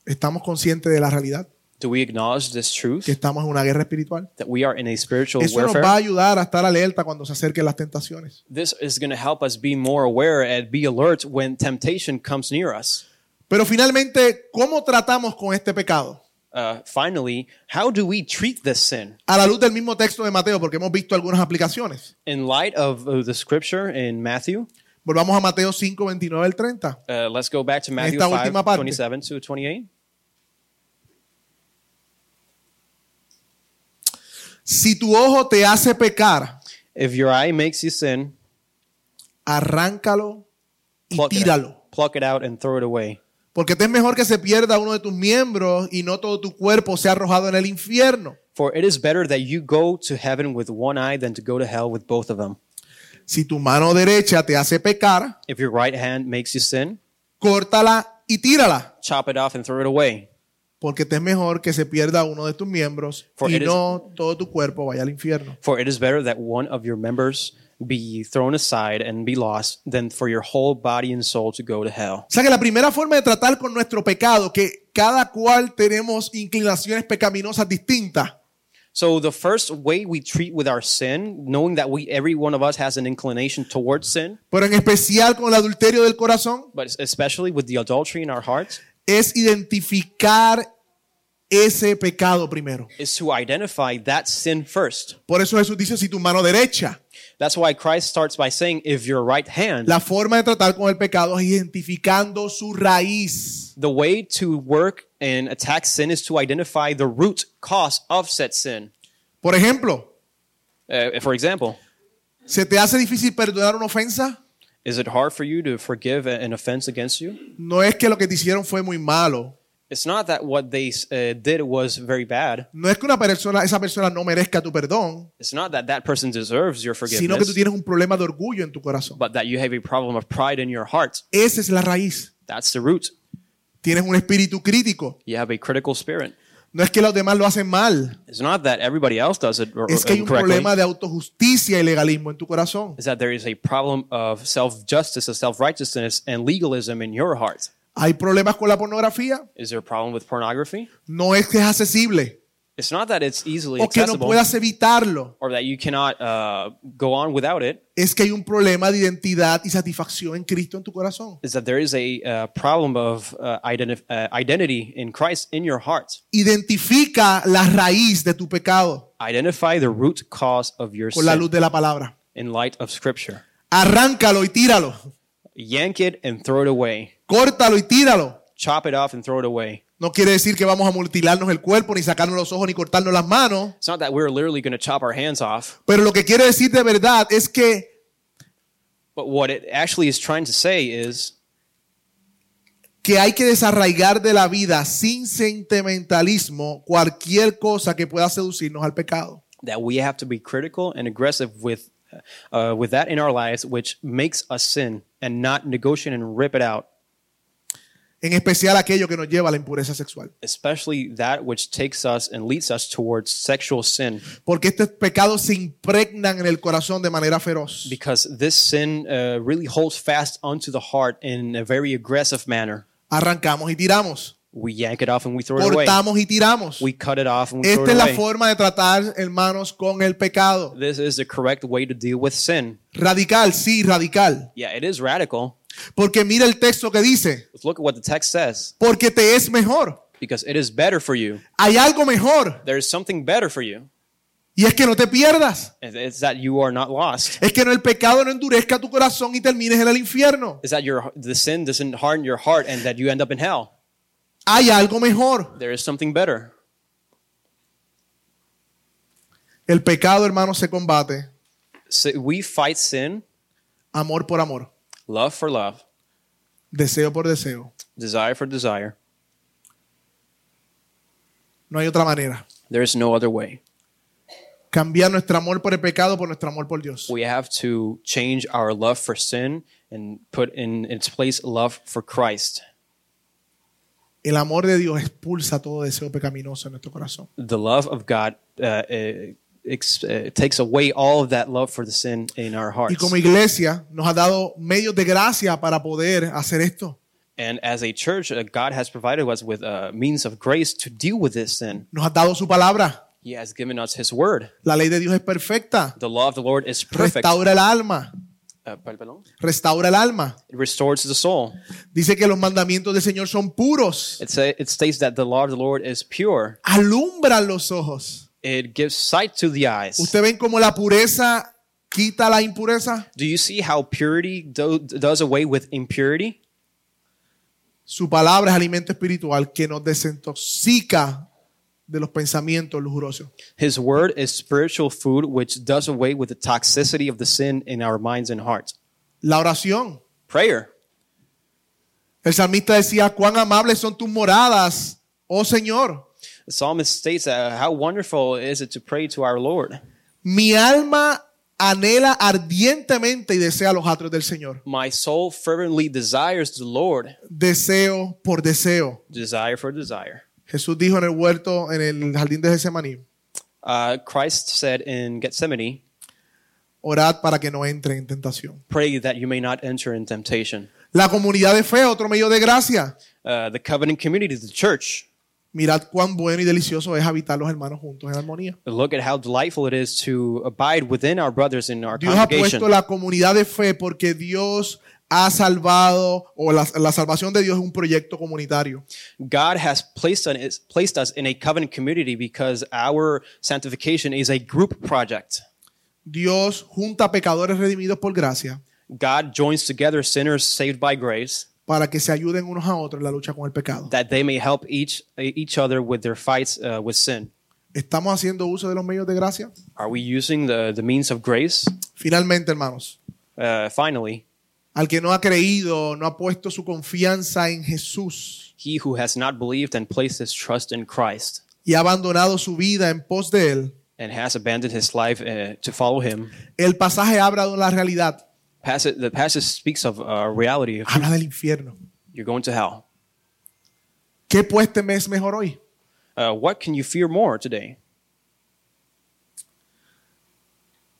S2: Estamos conscientes de la realidad,
S3: Do we acknowledge this
S2: que
S3: truth
S2: estamos en una guerra espiritual.
S3: that we are in a spiritual
S2: Eso nos
S3: warfare?
S2: va a ayudar a estar alerta cuando se acerquen las tentaciones.
S3: This is going to help us be more aware and be alert when temptation comes near us.
S2: Pero finalmente, ¿cómo tratamos con este pecado?
S3: Uh, finally, how do we treat this sin?
S2: A la luz del mismo texto de Mateo, porque hemos visto algunas aplicaciones.
S3: In light of uh, the scripture in Matthew,
S2: Volvamos a Mateo 5, 29 al 30.
S3: Uh, let's go back to Matthew
S2: esta última
S3: 5,
S2: parte.
S3: 27 to 28.
S2: Si tu ojo te hace pecar,
S3: If your eye makes you sin,
S2: arráncalo y
S3: pluck it,
S2: tíralo.
S3: out, pluck it out and throw it away.
S2: Porque te es mejor que se pierda uno de tus miembros y no todo tu cuerpo sea arrojado en el infierno.
S3: For it is better that you go to heaven with one eye than to go to hell with both of them.
S2: Si tu mano derecha te hace pecar,
S3: If your right hand makes you sin,
S2: córtala y tírala.
S3: chop it off and throw it away.
S2: Porque te es mejor que se pierda uno de tus miembros
S3: For
S2: y
S3: it is-
S2: no todo tu cuerpo vaya al infierno.
S3: For it is better that one of your members be thrown aside and be lost than for your whole body and soul to go to
S2: O
S3: hell.
S2: sea que la primera forma de tratar con nuestro pecado, que cada cual tenemos inclinaciones pecaminosas distintas,
S3: So the first way we treat with our sin, knowing that we every one of us has an inclination towards sin,
S2: pero en especial con el adulterio del corazón,
S3: but especially with the adultery in our hearts,
S2: es identificar ese pecado primero.
S3: is to identify that sin first.
S2: Por eso Jesús dice, si tu mano derecha,
S3: That's why Christ starts by saying, if your right hand,
S2: la forma de tratar con el pecado es identificando su raíz.
S3: the way to work and attack sin is to identify the root cause of said sin.
S2: Por ejemplo,
S3: Uh, for example,
S2: ¿se te hace difícil perdonar una ofensa?
S3: is it hard for you to forgive a- an offense against you?
S2: No es que lo que te hicieron fue muy malo.
S3: It's not that what they uh, did was very bad.
S2: No es que una persona, esa persona no merezca tu perdón,
S3: It's not that that person deserves your
S2: sino que tú
S3: forgiveness,
S2: tienes un problema de orgullo en tu corazón.
S3: but that you have a problem of pride in your heart.
S2: Esa es la raíz.
S3: That's the root.
S2: Tienes un espíritu crítico.
S3: You have a critical spirit.
S2: No es que los demás lo hacen mal.
S3: It's not that everybody else does it or,
S2: Es que hay un
S3: incorrectly.
S2: problema de autojusticia y legalismo en tu corazón.
S3: is that there is a problem of self justice, of self righteousness, and legalism in your heart.
S2: Hay problemas con la pornografía.
S3: Is there a problem with pornography?
S2: No es que es accesible
S3: It's not that it's easily
S2: o que no
S3: accessible
S2: puedas evitarlo.
S3: or that you cannot uh, go on without it.
S2: Es que hay un problema de identidad y satisfacción en Cristo en tu corazón.
S3: Is that there is a uh, problem of uh, identi- uh, identity in Christ in your heart.
S2: Identifica la raíz de tu pecado
S3: Identify the root cause of your
S2: con la
S3: sin
S2: luz de la palabra.
S3: in light of Scripture.
S2: Arráncalo y tíralo.
S3: Yank it and throw it away.
S2: Córtalo y tíralo.
S3: Chop it off and throw it away.
S2: No quiere decir que vamos a mutilarnos el cuerpo, ni sacarnos los ojos, ni cortarnos las manos.
S3: It's not that we're literally going to chop our hands off,
S2: Pero lo que quiere decir de verdad es que,
S3: but what it actually is trying to say is
S2: que hay que desarraigar de la vida sin sentimentalismo cualquier cosa que pueda seducirnos al pecado.
S3: that we have to be critical and aggressive with uh, with that in our lives, which makes us sin, and not negotiate and rip it out.
S2: En especial aquello que nos lleva a la impureza sexual.
S3: Especially that which takes us and leads us towards sexual sin,
S2: Porque estos pecados se impregnan en el corazón de manera feroz.
S3: because this sin uh, really holds fast onto the heart in a very aggressive manner.
S2: Arrancamos y tiramos.
S3: We yank it off and we throw it away.
S2: Cortamos y tiramos.
S3: We cut it off and we throw
S2: Esta es la
S3: it away.
S2: forma de tratar, hermanos, con el pecado.
S3: This is the correct way to deal with sin.
S2: Radical, sí, radical.
S3: Yeah, it is radical.
S2: Porque mira el texto que dice,
S3: But look at what the text says,
S2: porque te es mejor.
S3: because it is better for you.
S2: Hay algo mejor.
S3: There is something better for you.
S2: Y es que no te pierdas.
S3: It- It's that you are not lost.
S2: Es que no el pecado no endurezca tu corazón y termines en el infierno.
S3: It's that your the sin doesn't harden your heart and that you end up in hell.
S2: Hay algo mejor.
S3: There is something better.
S2: El pecado, hermanos, se combate
S3: Si- we fight sin,
S2: amor por amor,
S3: love for love,
S2: deseo por deseo.
S3: desire for desire.
S2: No hay otra manera.
S3: There is no other way.
S2: Cambiar nuestro amor por el pecado por nuestro amor por Dios.
S3: We have to change our love for sin and put in its place love for Christ.
S2: El amor de Dios expulsa todo deseo pecaminoso en nuestro corazón.
S3: The love of God uh, eh, ex- eh, takes away all of that love for the sin in our
S2: Y
S3: hearts.
S2: como iglesia nos ha dado medios de gracia para poder hacer esto.
S3: And as a church, uh, God has provided us with uh, means of grace to deal with this sin.
S2: Nos ha dado su palabra.
S3: He has given us His word.
S2: La ley de Dios es perfecta.
S3: The law of the Lord is perfect.
S2: Restaura el alma.
S3: Uh, pal- perdón.
S2: Restaura el alma.
S3: it restores the soul.
S2: Dice que los mandamientos del Señor son puros.
S3: It, say, it states that the law of the Lord is pure.
S2: Alumbran los ojos.
S3: It gives sight to the eyes.
S2: ¿Usted ven cómo la pureza quita la impureza?
S3: Do you see how purity do- does away with impurity?
S2: Su palabra es alimento espiritual que nos desintoxica de los pensamientos lujurosos.
S3: His word is spiritual food which does away with the toxicity of the sin in our minds and hearts.
S2: La oración.
S3: Prayer.
S2: El salmista decía, cuán amables son tus moradas, oh Señor.
S3: The psalmist states uh, how wonderful is it to pray to our Lord.
S2: Mi alma anhela ardientemente y desea los atrios del Señor.
S3: My soul fervently desires the Lord,
S2: Deseo por deseo.
S3: desire for desire.
S2: Jesús dijo en el huerto, en el jardín de Getsemaní,
S3: Uh, Christ said in Gethsemane,
S2: orad para que no entre en tentación.
S3: pray that you may not enter in temptation.
S2: La comunidad de fe, otro medio de gracia.
S3: Uh, the covenant community, the church,
S2: Mirad cuán bueno y delicioso es habitar los hermanos juntos en armonía.
S3: Look at how delightful it is to abide within our brothers in our
S2: Dios ha
S3: congregation.
S2: puesto la comunidad de fe porque Dios ha salvado, o la, la salvación de Dios es un proyecto comunitario.
S3: God has placed, on, is, placed us in a covenant community because our sanctification is a group project.
S2: Dios junta pecadores redimidos por gracia
S3: God joins together sinners saved by grace
S2: para que se ayuden unos a otros en la lucha con el pecado.
S3: that they may help each, each other with their fights uh, with sin.
S2: ¿Estamos haciendo uso de los medios de gracia?
S3: Are we using the, the means of grace?
S2: Finalmente, hermanos,
S3: Uh, finally,
S2: al que no ha creído, no ha puesto su confianza en Jesús
S3: he who has not believed and placed his trust in Christ
S2: y ha abandonado su vida en pos de Él,
S3: and has abandoned his life uh, to follow him.
S2: el pasaje habla de la realidad,
S3: Passage, the passage speaks of uh, reality. Of
S2: habla del infierno.
S3: you're going to hell.
S2: ¿Qué pues te es mejor hoy?
S3: Uh, what can you fear more today?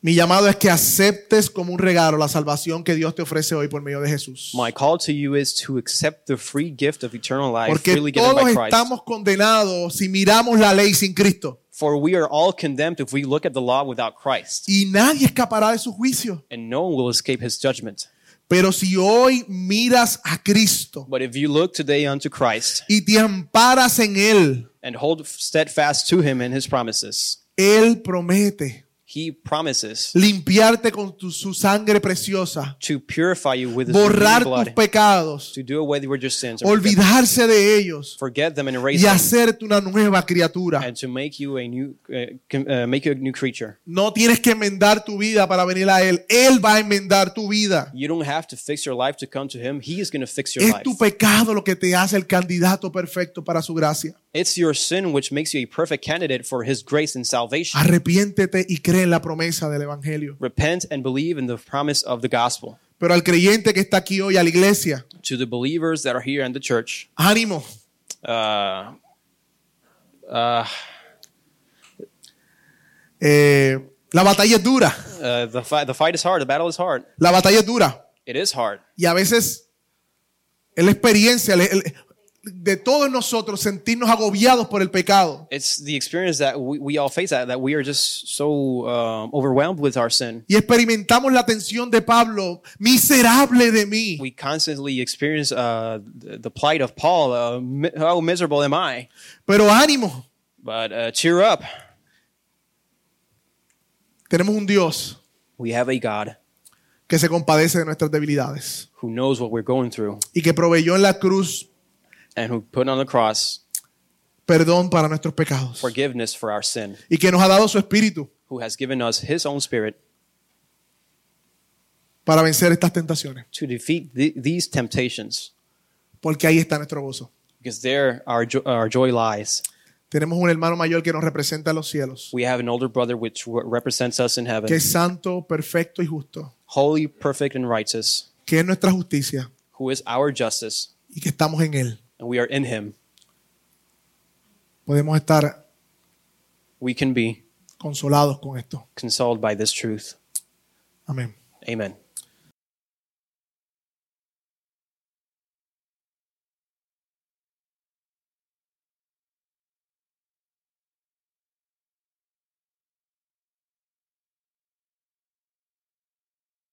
S2: Mi llamado es que aceptes como un regalo la salvación que Dios te ofrece hoy por medio de Jesús.
S3: My call to you is to accept the free gift of eternal life
S2: Porque
S3: freely given
S2: todos
S3: by Christ.
S2: estamos condenados si miramos la ley sin Cristo.
S3: For we are all condemned if we look at the law without Christ,
S2: Y nadie escapará de su juicio.
S3: and no one will escape his judgment.
S2: Pero si hoy miras a Cristo
S3: But if you look today unto Christ
S2: y te amparas en Él,
S3: and hold steadfast to him and his promises,
S2: Él promete
S3: He promises
S2: limpiarte con tu- su sangre preciosa,
S3: to purify you with his
S2: borrar tus
S3: blood,
S2: pecados,
S3: to do away with your sins, and forget,
S2: olvidarse de ellos
S3: forget them and erase
S2: y
S3: them,
S2: hacerte una nueva criatura.
S3: and to make you a new, uh, com- uh, make you a new creature.
S2: No tienes que enmendar tu vida para venir a Él. Él va a enmendar tu vida.
S3: You don't have to fix your life to come to him. He is going to fix your
S2: Es
S3: life.
S2: tu pecado lo que te hace el candidato perfecto para su gracia.
S3: It's your sin which makes you a perfect candidate for his grace and salvation.
S2: Arrepiéntete y cree en la promesa del Evangelio.
S3: Repent and believe in the promise of the gospel.
S2: Pero al creyente que está aquí hoy, a la iglesia,
S3: To the believers that are here in the church,
S2: ánimo,
S3: uh,
S2: Eh, la batalla es dura,
S3: uh, the, fight, the fight is hard. The battle is hard.
S2: la batalla es dura.
S3: It is hard.
S2: Y a veces es la experiencia el- el- de todos nosotros sentirnos agobiados por el pecado.
S3: It's the experience that we, we all face that, that we are just so um, overwhelmed with our sin.
S2: Y experimentamos la tensión de Pablo, miserable de mí.
S3: We constantly experience uh, the, the plight of Paul. Uh, mi- how miserable am I?
S2: Pero ánimo,
S3: But uh, cheer up.
S2: tenemos un Dios
S3: We have a God
S2: que se compadece de nuestras debilidades
S3: who knows what we're going through
S2: y que proveyó en la cruz
S3: and who put on the cross
S2: perdón para nuestros pecados
S3: forgiveness for our sin,
S2: y que nos ha dado su espíritu
S3: who has given us his own spirit
S2: para vencer estas tentaciones,
S3: to defeat the, these temptations.
S2: porque ahí está nuestro gozo.
S3: Because there our, jo- our joy lies.
S2: Tenemos un hermano mayor que nos representa en los cielos,
S3: We have an older brother which re- represents us in
S2: que
S3: heaven,
S2: es santo, perfecto y justo.
S3: holy, perfect, and righteous,
S2: que es nuestra justicia
S3: who is our justice,
S2: y que estamos en Él.
S3: and we are in him.
S2: Podemos estar
S3: We can be
S2: consolados con esto.
S3: consoled by this truth.
S2: Amén.
S3: Amen.